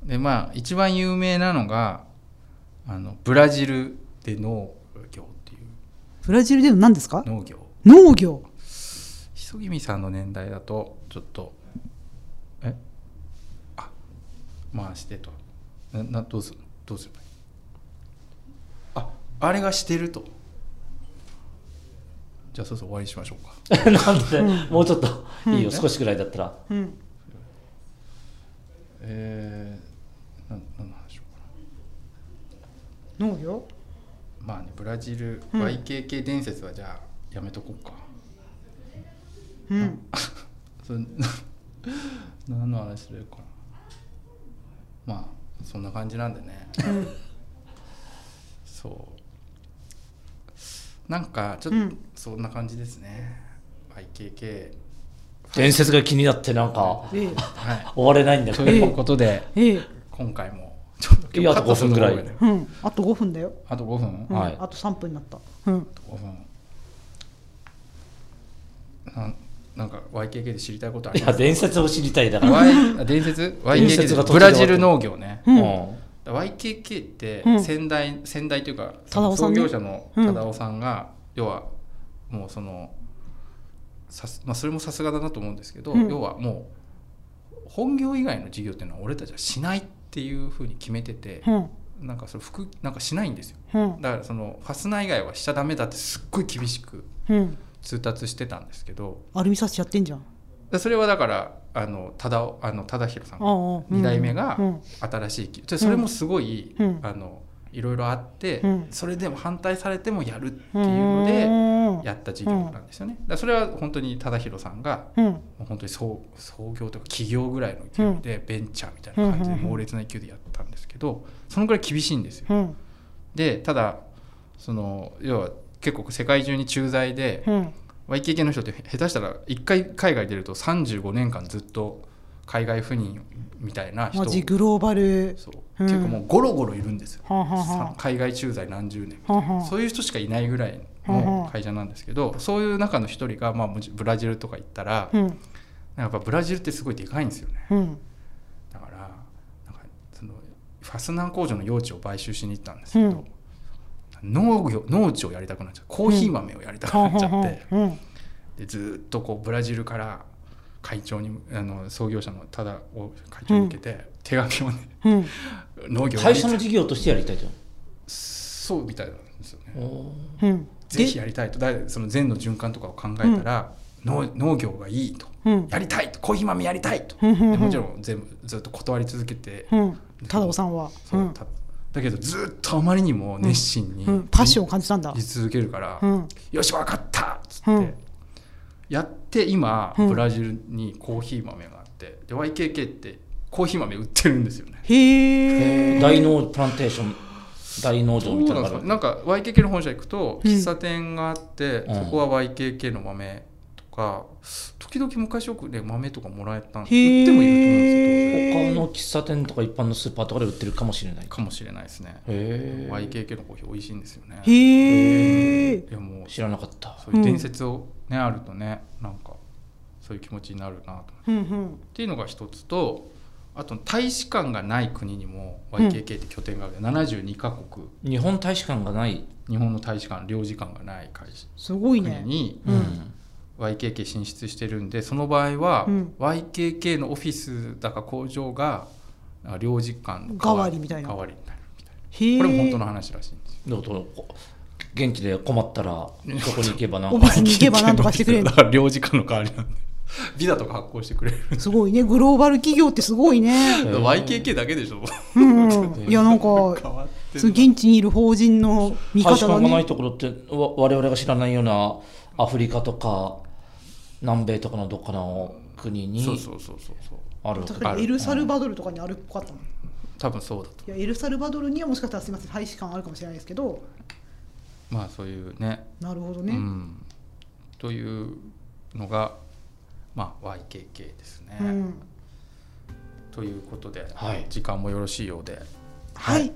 [SPEAKER 3] え
[SPEAKER 1] でまあ一番有名なのがあのブラジルで農業っていう
[SPEAKER 3] ブラジルでの何ですか
[SPEAKER 1] 農業
[SPEAKER 3] 農業
[SPEAKER 1] 磯君さんの年代だとちょっとえあまあしてとななどうするどうすればいいああれがしてるとじゃあそうそう終わりにしましょうか
[SPEAKER 2] なんで、もうちょっといいよ、
[SPEAKER 1] うん
[SPEAKER 2] 少しぐらいだったら。
[SPEAKER 3] うん
[SPEAKER 1] えー、な何の話しようか
[SPEAKER 3] 農業
[SPEAKER 1] なまあねブラジル
[SPEAKER 3] うん
[SPEAKER 1] YKK 伝説はじゃあやめとこうか、
[SPEAKER 3] うん
[SPEAKER 1] それ 何の話するかなまあそんな感じなんでねそうなんかちょっと、
[SPEAKER 3] うん
[SPEAKER 1] そんな感じですね YKK
[SPEAKER 2] 伝説が気になって、なんか、
[SPEAKER 3] ええ
[SPEAKER 1] は
[SPEAKER 2] 終われないんだ
[SPEAKER 1] い
[SPEAKER 2] け
[SPEAKER 1] と
[SPEAKER 2] ど。
[SPEAKER 1] いうことで
[SPEAKER 3] ええ
[SPEAKER 1] 今回もちょっ
[SPEAKER 2] いやあと5分ぐらい
[SPEAKER 1] カットするの多ね
[SPEAKER 3] うんあと5分だよ
[SPEAKER 1] あと5分、
[SPEAKER 3] うん
[SPEAKER 1] あ
[SPEAKER 2] はい
[SPEAKER 3] あと3分になったうん
[SPEAKER 1] と5分なんなんか YKK で知りたいことあ
[SPEAKER 2] い
[SPEAKER 1] りま
[SPEAKER 2] や、
[SPEAKER 1] す
[SPEAKER 2] 伝説を知りたいだから。
[SPEAKER 1] Y あ伝説 YKK
[SPEAKER 2] 説
[SPEAKER 1] で
[SPEAKER 2] が
[SPEAKER 1] ブラジル農業ね、
[SPEAKER 3] う
[SPEAKER 2] うんん。
[SPEAKER 1] だから YKK って
[SPEAKER 3] うん
[SPEAKER 1] 先代、先代というかそ
[SPEAKER 3] 忠
[SPEAKER 1] の
[SPEAKER 3] 夫さ
[SPEAKER 1] 創
[SPEAKER 3] んね
[SPEAKER 1] 業者の
[SPEAKER 3] うん
[SPEAKER 1] 忠夫さんが、要はもうそのさす、まあ、それもさすがだなと思うんですけど、
[SPEAKER 3] うん
[SPEAKER 1] 要はもう本業以外の事業っていうのは俺たちはしないっていうふうに決めてて、
[SPEAKER 3] うん
[SPEAKER 1] なんかそれ服なんかしないんですよ
[SPEAKER 3] うん
[SPEAKER 1] だからそのファスナー以外はしちゃダメだってすっごい厳しく
[SPEAKER 3] うん
[SPEAKER 1] 通達してたんですけど
[SPEAKER 3] アルミサッシやってんじゃん
[SPEAKER 1] でそれはだからあの忠夫あの忠宏さんが
[SPEAKER 3] 2
[SPEAKER 1] 2代目が
[SPEAKER 3] うん
[SPEAKER 1] 新しい企業でそれもすごい、
[SPEAKER 3] うん
[SPEAKER 1] あのいろいろあって、
[SPEAKER 3] うん
[SPEAKER 1] それでも反対されてもやるって
[SPEAKER 3] う
[SPEAKER 1] いうんので
[SPEAKER 3] うん
[SPEAKER 1] やった事業なんですよね。だからそれは本当に忠宏さんが
[SPEAKER 3] うん
[SPEAKER 1] もう本当に創創業というか起業ぐらいの勢いでベンチャーみたいな感じで
[SPEAKER 3] うんうんうん
[SPEAKER 1] 猛烈な勢いでやったんですけどそのぐらい厳しいんですよ。
[SPEAKER 3] うん
[SPEAKER 1] でただその要は結構世界中に駐在で、
[SPEAKER 3] うん、
[SPEAKER 1] まあ、イケイケの人って下手したら1回海外出ると35年間ずっと海外赴任みたいな人
[SPEAKER 3] マジグローバル
[SPEAKER 1] そう
[SPEAKER 3] うん
[SPEAKER 1] 結構もうゴロゴロいるんですよ、
[SPEAKER 3] はあはあはあ
[SPEAKER 1] さ海外駐在何十年
[SPEAKER 3] はんはん
[SPEAKER 1] そういう人しかいないぐらい
[SPEAKER 3] うんう
[SPEAKER 1] の
[SPEAKER 3] ん
[SPEAKER 1] 会社なんですけどそういう中の一人が、まあ、もちブラジルとか行ったら
[SPEAKER 3] う
[SPEAKER 1] な
[SPEAKER 3] ん
[SPEAKER 1] んかやっぱブラジルってすごいでかいんですよね
[SPEAKER 3] うん
[SPEAKER 1] だからなんかそのファスナー工場の用地を買収しに行ったんですけど、農業農地をやりたくなっちゃってコーヒー豆をやりたくなっちゃって、
[SPEAKER 3] うんうん
[SPEAKER 1] でずーっとこうブラジルから会長にあの創業者のただを会長に受けて、手書きをね
[SPEAKER 3] うん
[SPEAKER 1] 農業や
[SPEAKER 2] 会
[SPEAKER 1] り
[SPEAKER 2] 社
[SPEAKER 1] た
[SPEAKER 2] の
[SPEAKER 1] い
[SPEAKER 2] 事業としてやりたいと。
[SPEAKER 1] そうみたいなんですよね
[SPEAKER 2] お
[SPEAKER 3] うん
[SPEAKER 1] ぜひやりたいとだいその善の循環とかを考えたら、農農業がいいと
[SPEAKER 3] うん
[SPEAKER 1] やりたいとコーヒー豆やりたいと、
[SPEAKER 3] うんうんうん
[SPEAKER 1] でもちろん全部ずっと断り続けて、
[SPEAKER 3] うんただおさんは
[SPEAKER 1] そううんただけどずーっとあまりにも熱心に、
[SPEAKER 3] うんパッションを感じたんだ
[SPEAKER 1] 言い続けるから、
[SPEAKER 3] うん
[SPEAKER 1] よしわかったっつって、
[SPEAKER 3] うん
[SPEAKER 1] やって今、
[SPEAKER 3] うん
[SPEAKER 1] ブラジルにコーヒー豆があってで YKK ってコーヒー豆売ってるんですよね。
[SPEAKER 3] へえ
[SPEAKER 2] 大農プランテーション、大農
[SPEAKER 1] そ
[SPEAKER 2] 場
[SPEAKER 1] う
[SPEAKER 2] みたい
[SPEAKER 1] な
[SPEAKER 2] なん
[SPEAKER 1] です
[SPEAKER 2] のがあ
[SPEAKER 1] か
[SPEAKER 2] る
[SPEAKER 1] なんか YKK の本社行くと
[SPEAKER 3] うん
[SPEAKER 1] 喫茶店があって、
[SPEAKER 2] うん
[SPEAKER 1] そこは YKK の豆とか時々昔よくね豆とかもらえたん売っ
[SPEAKER 3] へー
[SPEAKER 1] てもいると思うんですよ
[SPEAKER 2] 他の喫茶店とか一般のスーパーとかで売ってるかもしれない
[SPEAKER 1] 当然。かもしれないですね。
[SPEAKER 2] へえ。
[SPEAKER 1] YKK のコーヒー美味しいんですよね。い
[SPEAKER 3] へえ
[SPEAKER 1] やもう
[SPEAKER 2] 知らなかった。
[SPEAKER 1] そういう伝説をね、あるとねなんかそういう気持ちになるなと。
[SPEAKER 3] うんうん
[SPEAKER 1] っていうのが一つとあと大使館がない国にも YKK って拠点がある、72カ国
[SPEAKER 2] 日本大使館がない。
[SPEAKER 1] 日本の大使館領事館がない会社
[SPEAKER 3] すごい
[SPEAKER 1] 国
[SPEAKER 3] ね
[SPEAKER 1] に
[SPEAKER 3] うん
[SPEAKER 1] YKK 進出してるんでその場合は、
[SPEAKER 3] うん
[SPEAKER 1] YKK のオフィスだか工場がなんか領事館の
[SPEAKER 3] 代わりみたいな
[SPEAKER 1] 代わりになるみたい
[SPEAKER 3] へえ
[SPEAKER 1] なこれも本当の話らしいんですよ
[SPEAKER 2] どうぞこ現地で困ったらそこに行けばな
[SPEAKER 3] オフィスに行けばなんとかしてくれる
[SPEAKER 1] だから 領事館の代わりなんでビザとか発行してくれる、
[SPEAKER 3] すごいねグローバル企業ってすごいね
[SPEAKER 1] YKK だけでしょ
[SPEAKER 3] うんうんいやなんか
[SPEAKER 1] 変わって
[SPEAKER 3] その
[SPEAKER 1] る
[SPEAKER 3] 現地にいる法人の味
[SPEAKER 2] 大使
[SPEAKER 3] 方
[SPEAKER 2] 館が
[SPEAKER 3] が
[SPEAKER 2] ない
[SPEAKER 3] ね
[SPEAKER 2] ところってわ我々が知らないようなアフリカとか南米とかのどっかの国に
[SPEAKER 1] そうそうそうそうそう
[SPEAKER 2] あるわけ
[SPEAKER 3] だからエルサルバドルとかにあるっぽかったもん
[SPEAKER 1] 多分そうだと
[SPEAKER 3] いやエルサルバドルにはもしかしたらすみません大使館あるかもしれないですけど
[SPEAKER 1] まあそういうね
[SPEAKER 3] なるほどね、
[SPEAKER 1] うん、というのが、まあ、YKK ですね、
[SPEAKER 3] うん
[SPEAKER 1] ということで、
[SPEAKER 2] はい
[SPEAKER 1] 時間もよろしいようで、
[SPEAKER 3] はい、
[SPEAKER 1] はい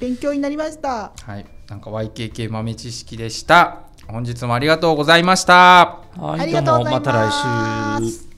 [SPEAKER 3] 勉強になりました
[SPEAKER 1] はい、なんか YKK 豆知識でした本日もありがとうございました
[SPEAKER 2] はい
[SPEAKER 3] あり
[SPEAKER 2] ど
[SPEAKER 3] が
[SPEAKER 2] う
[SPEAKER 3] とう
[SPEAKER 2] も
[SPEAKER 3] ござい
[SPEAKER 2] ま
[SPEAKER 3] ます
[SPEAKER 2] た来週。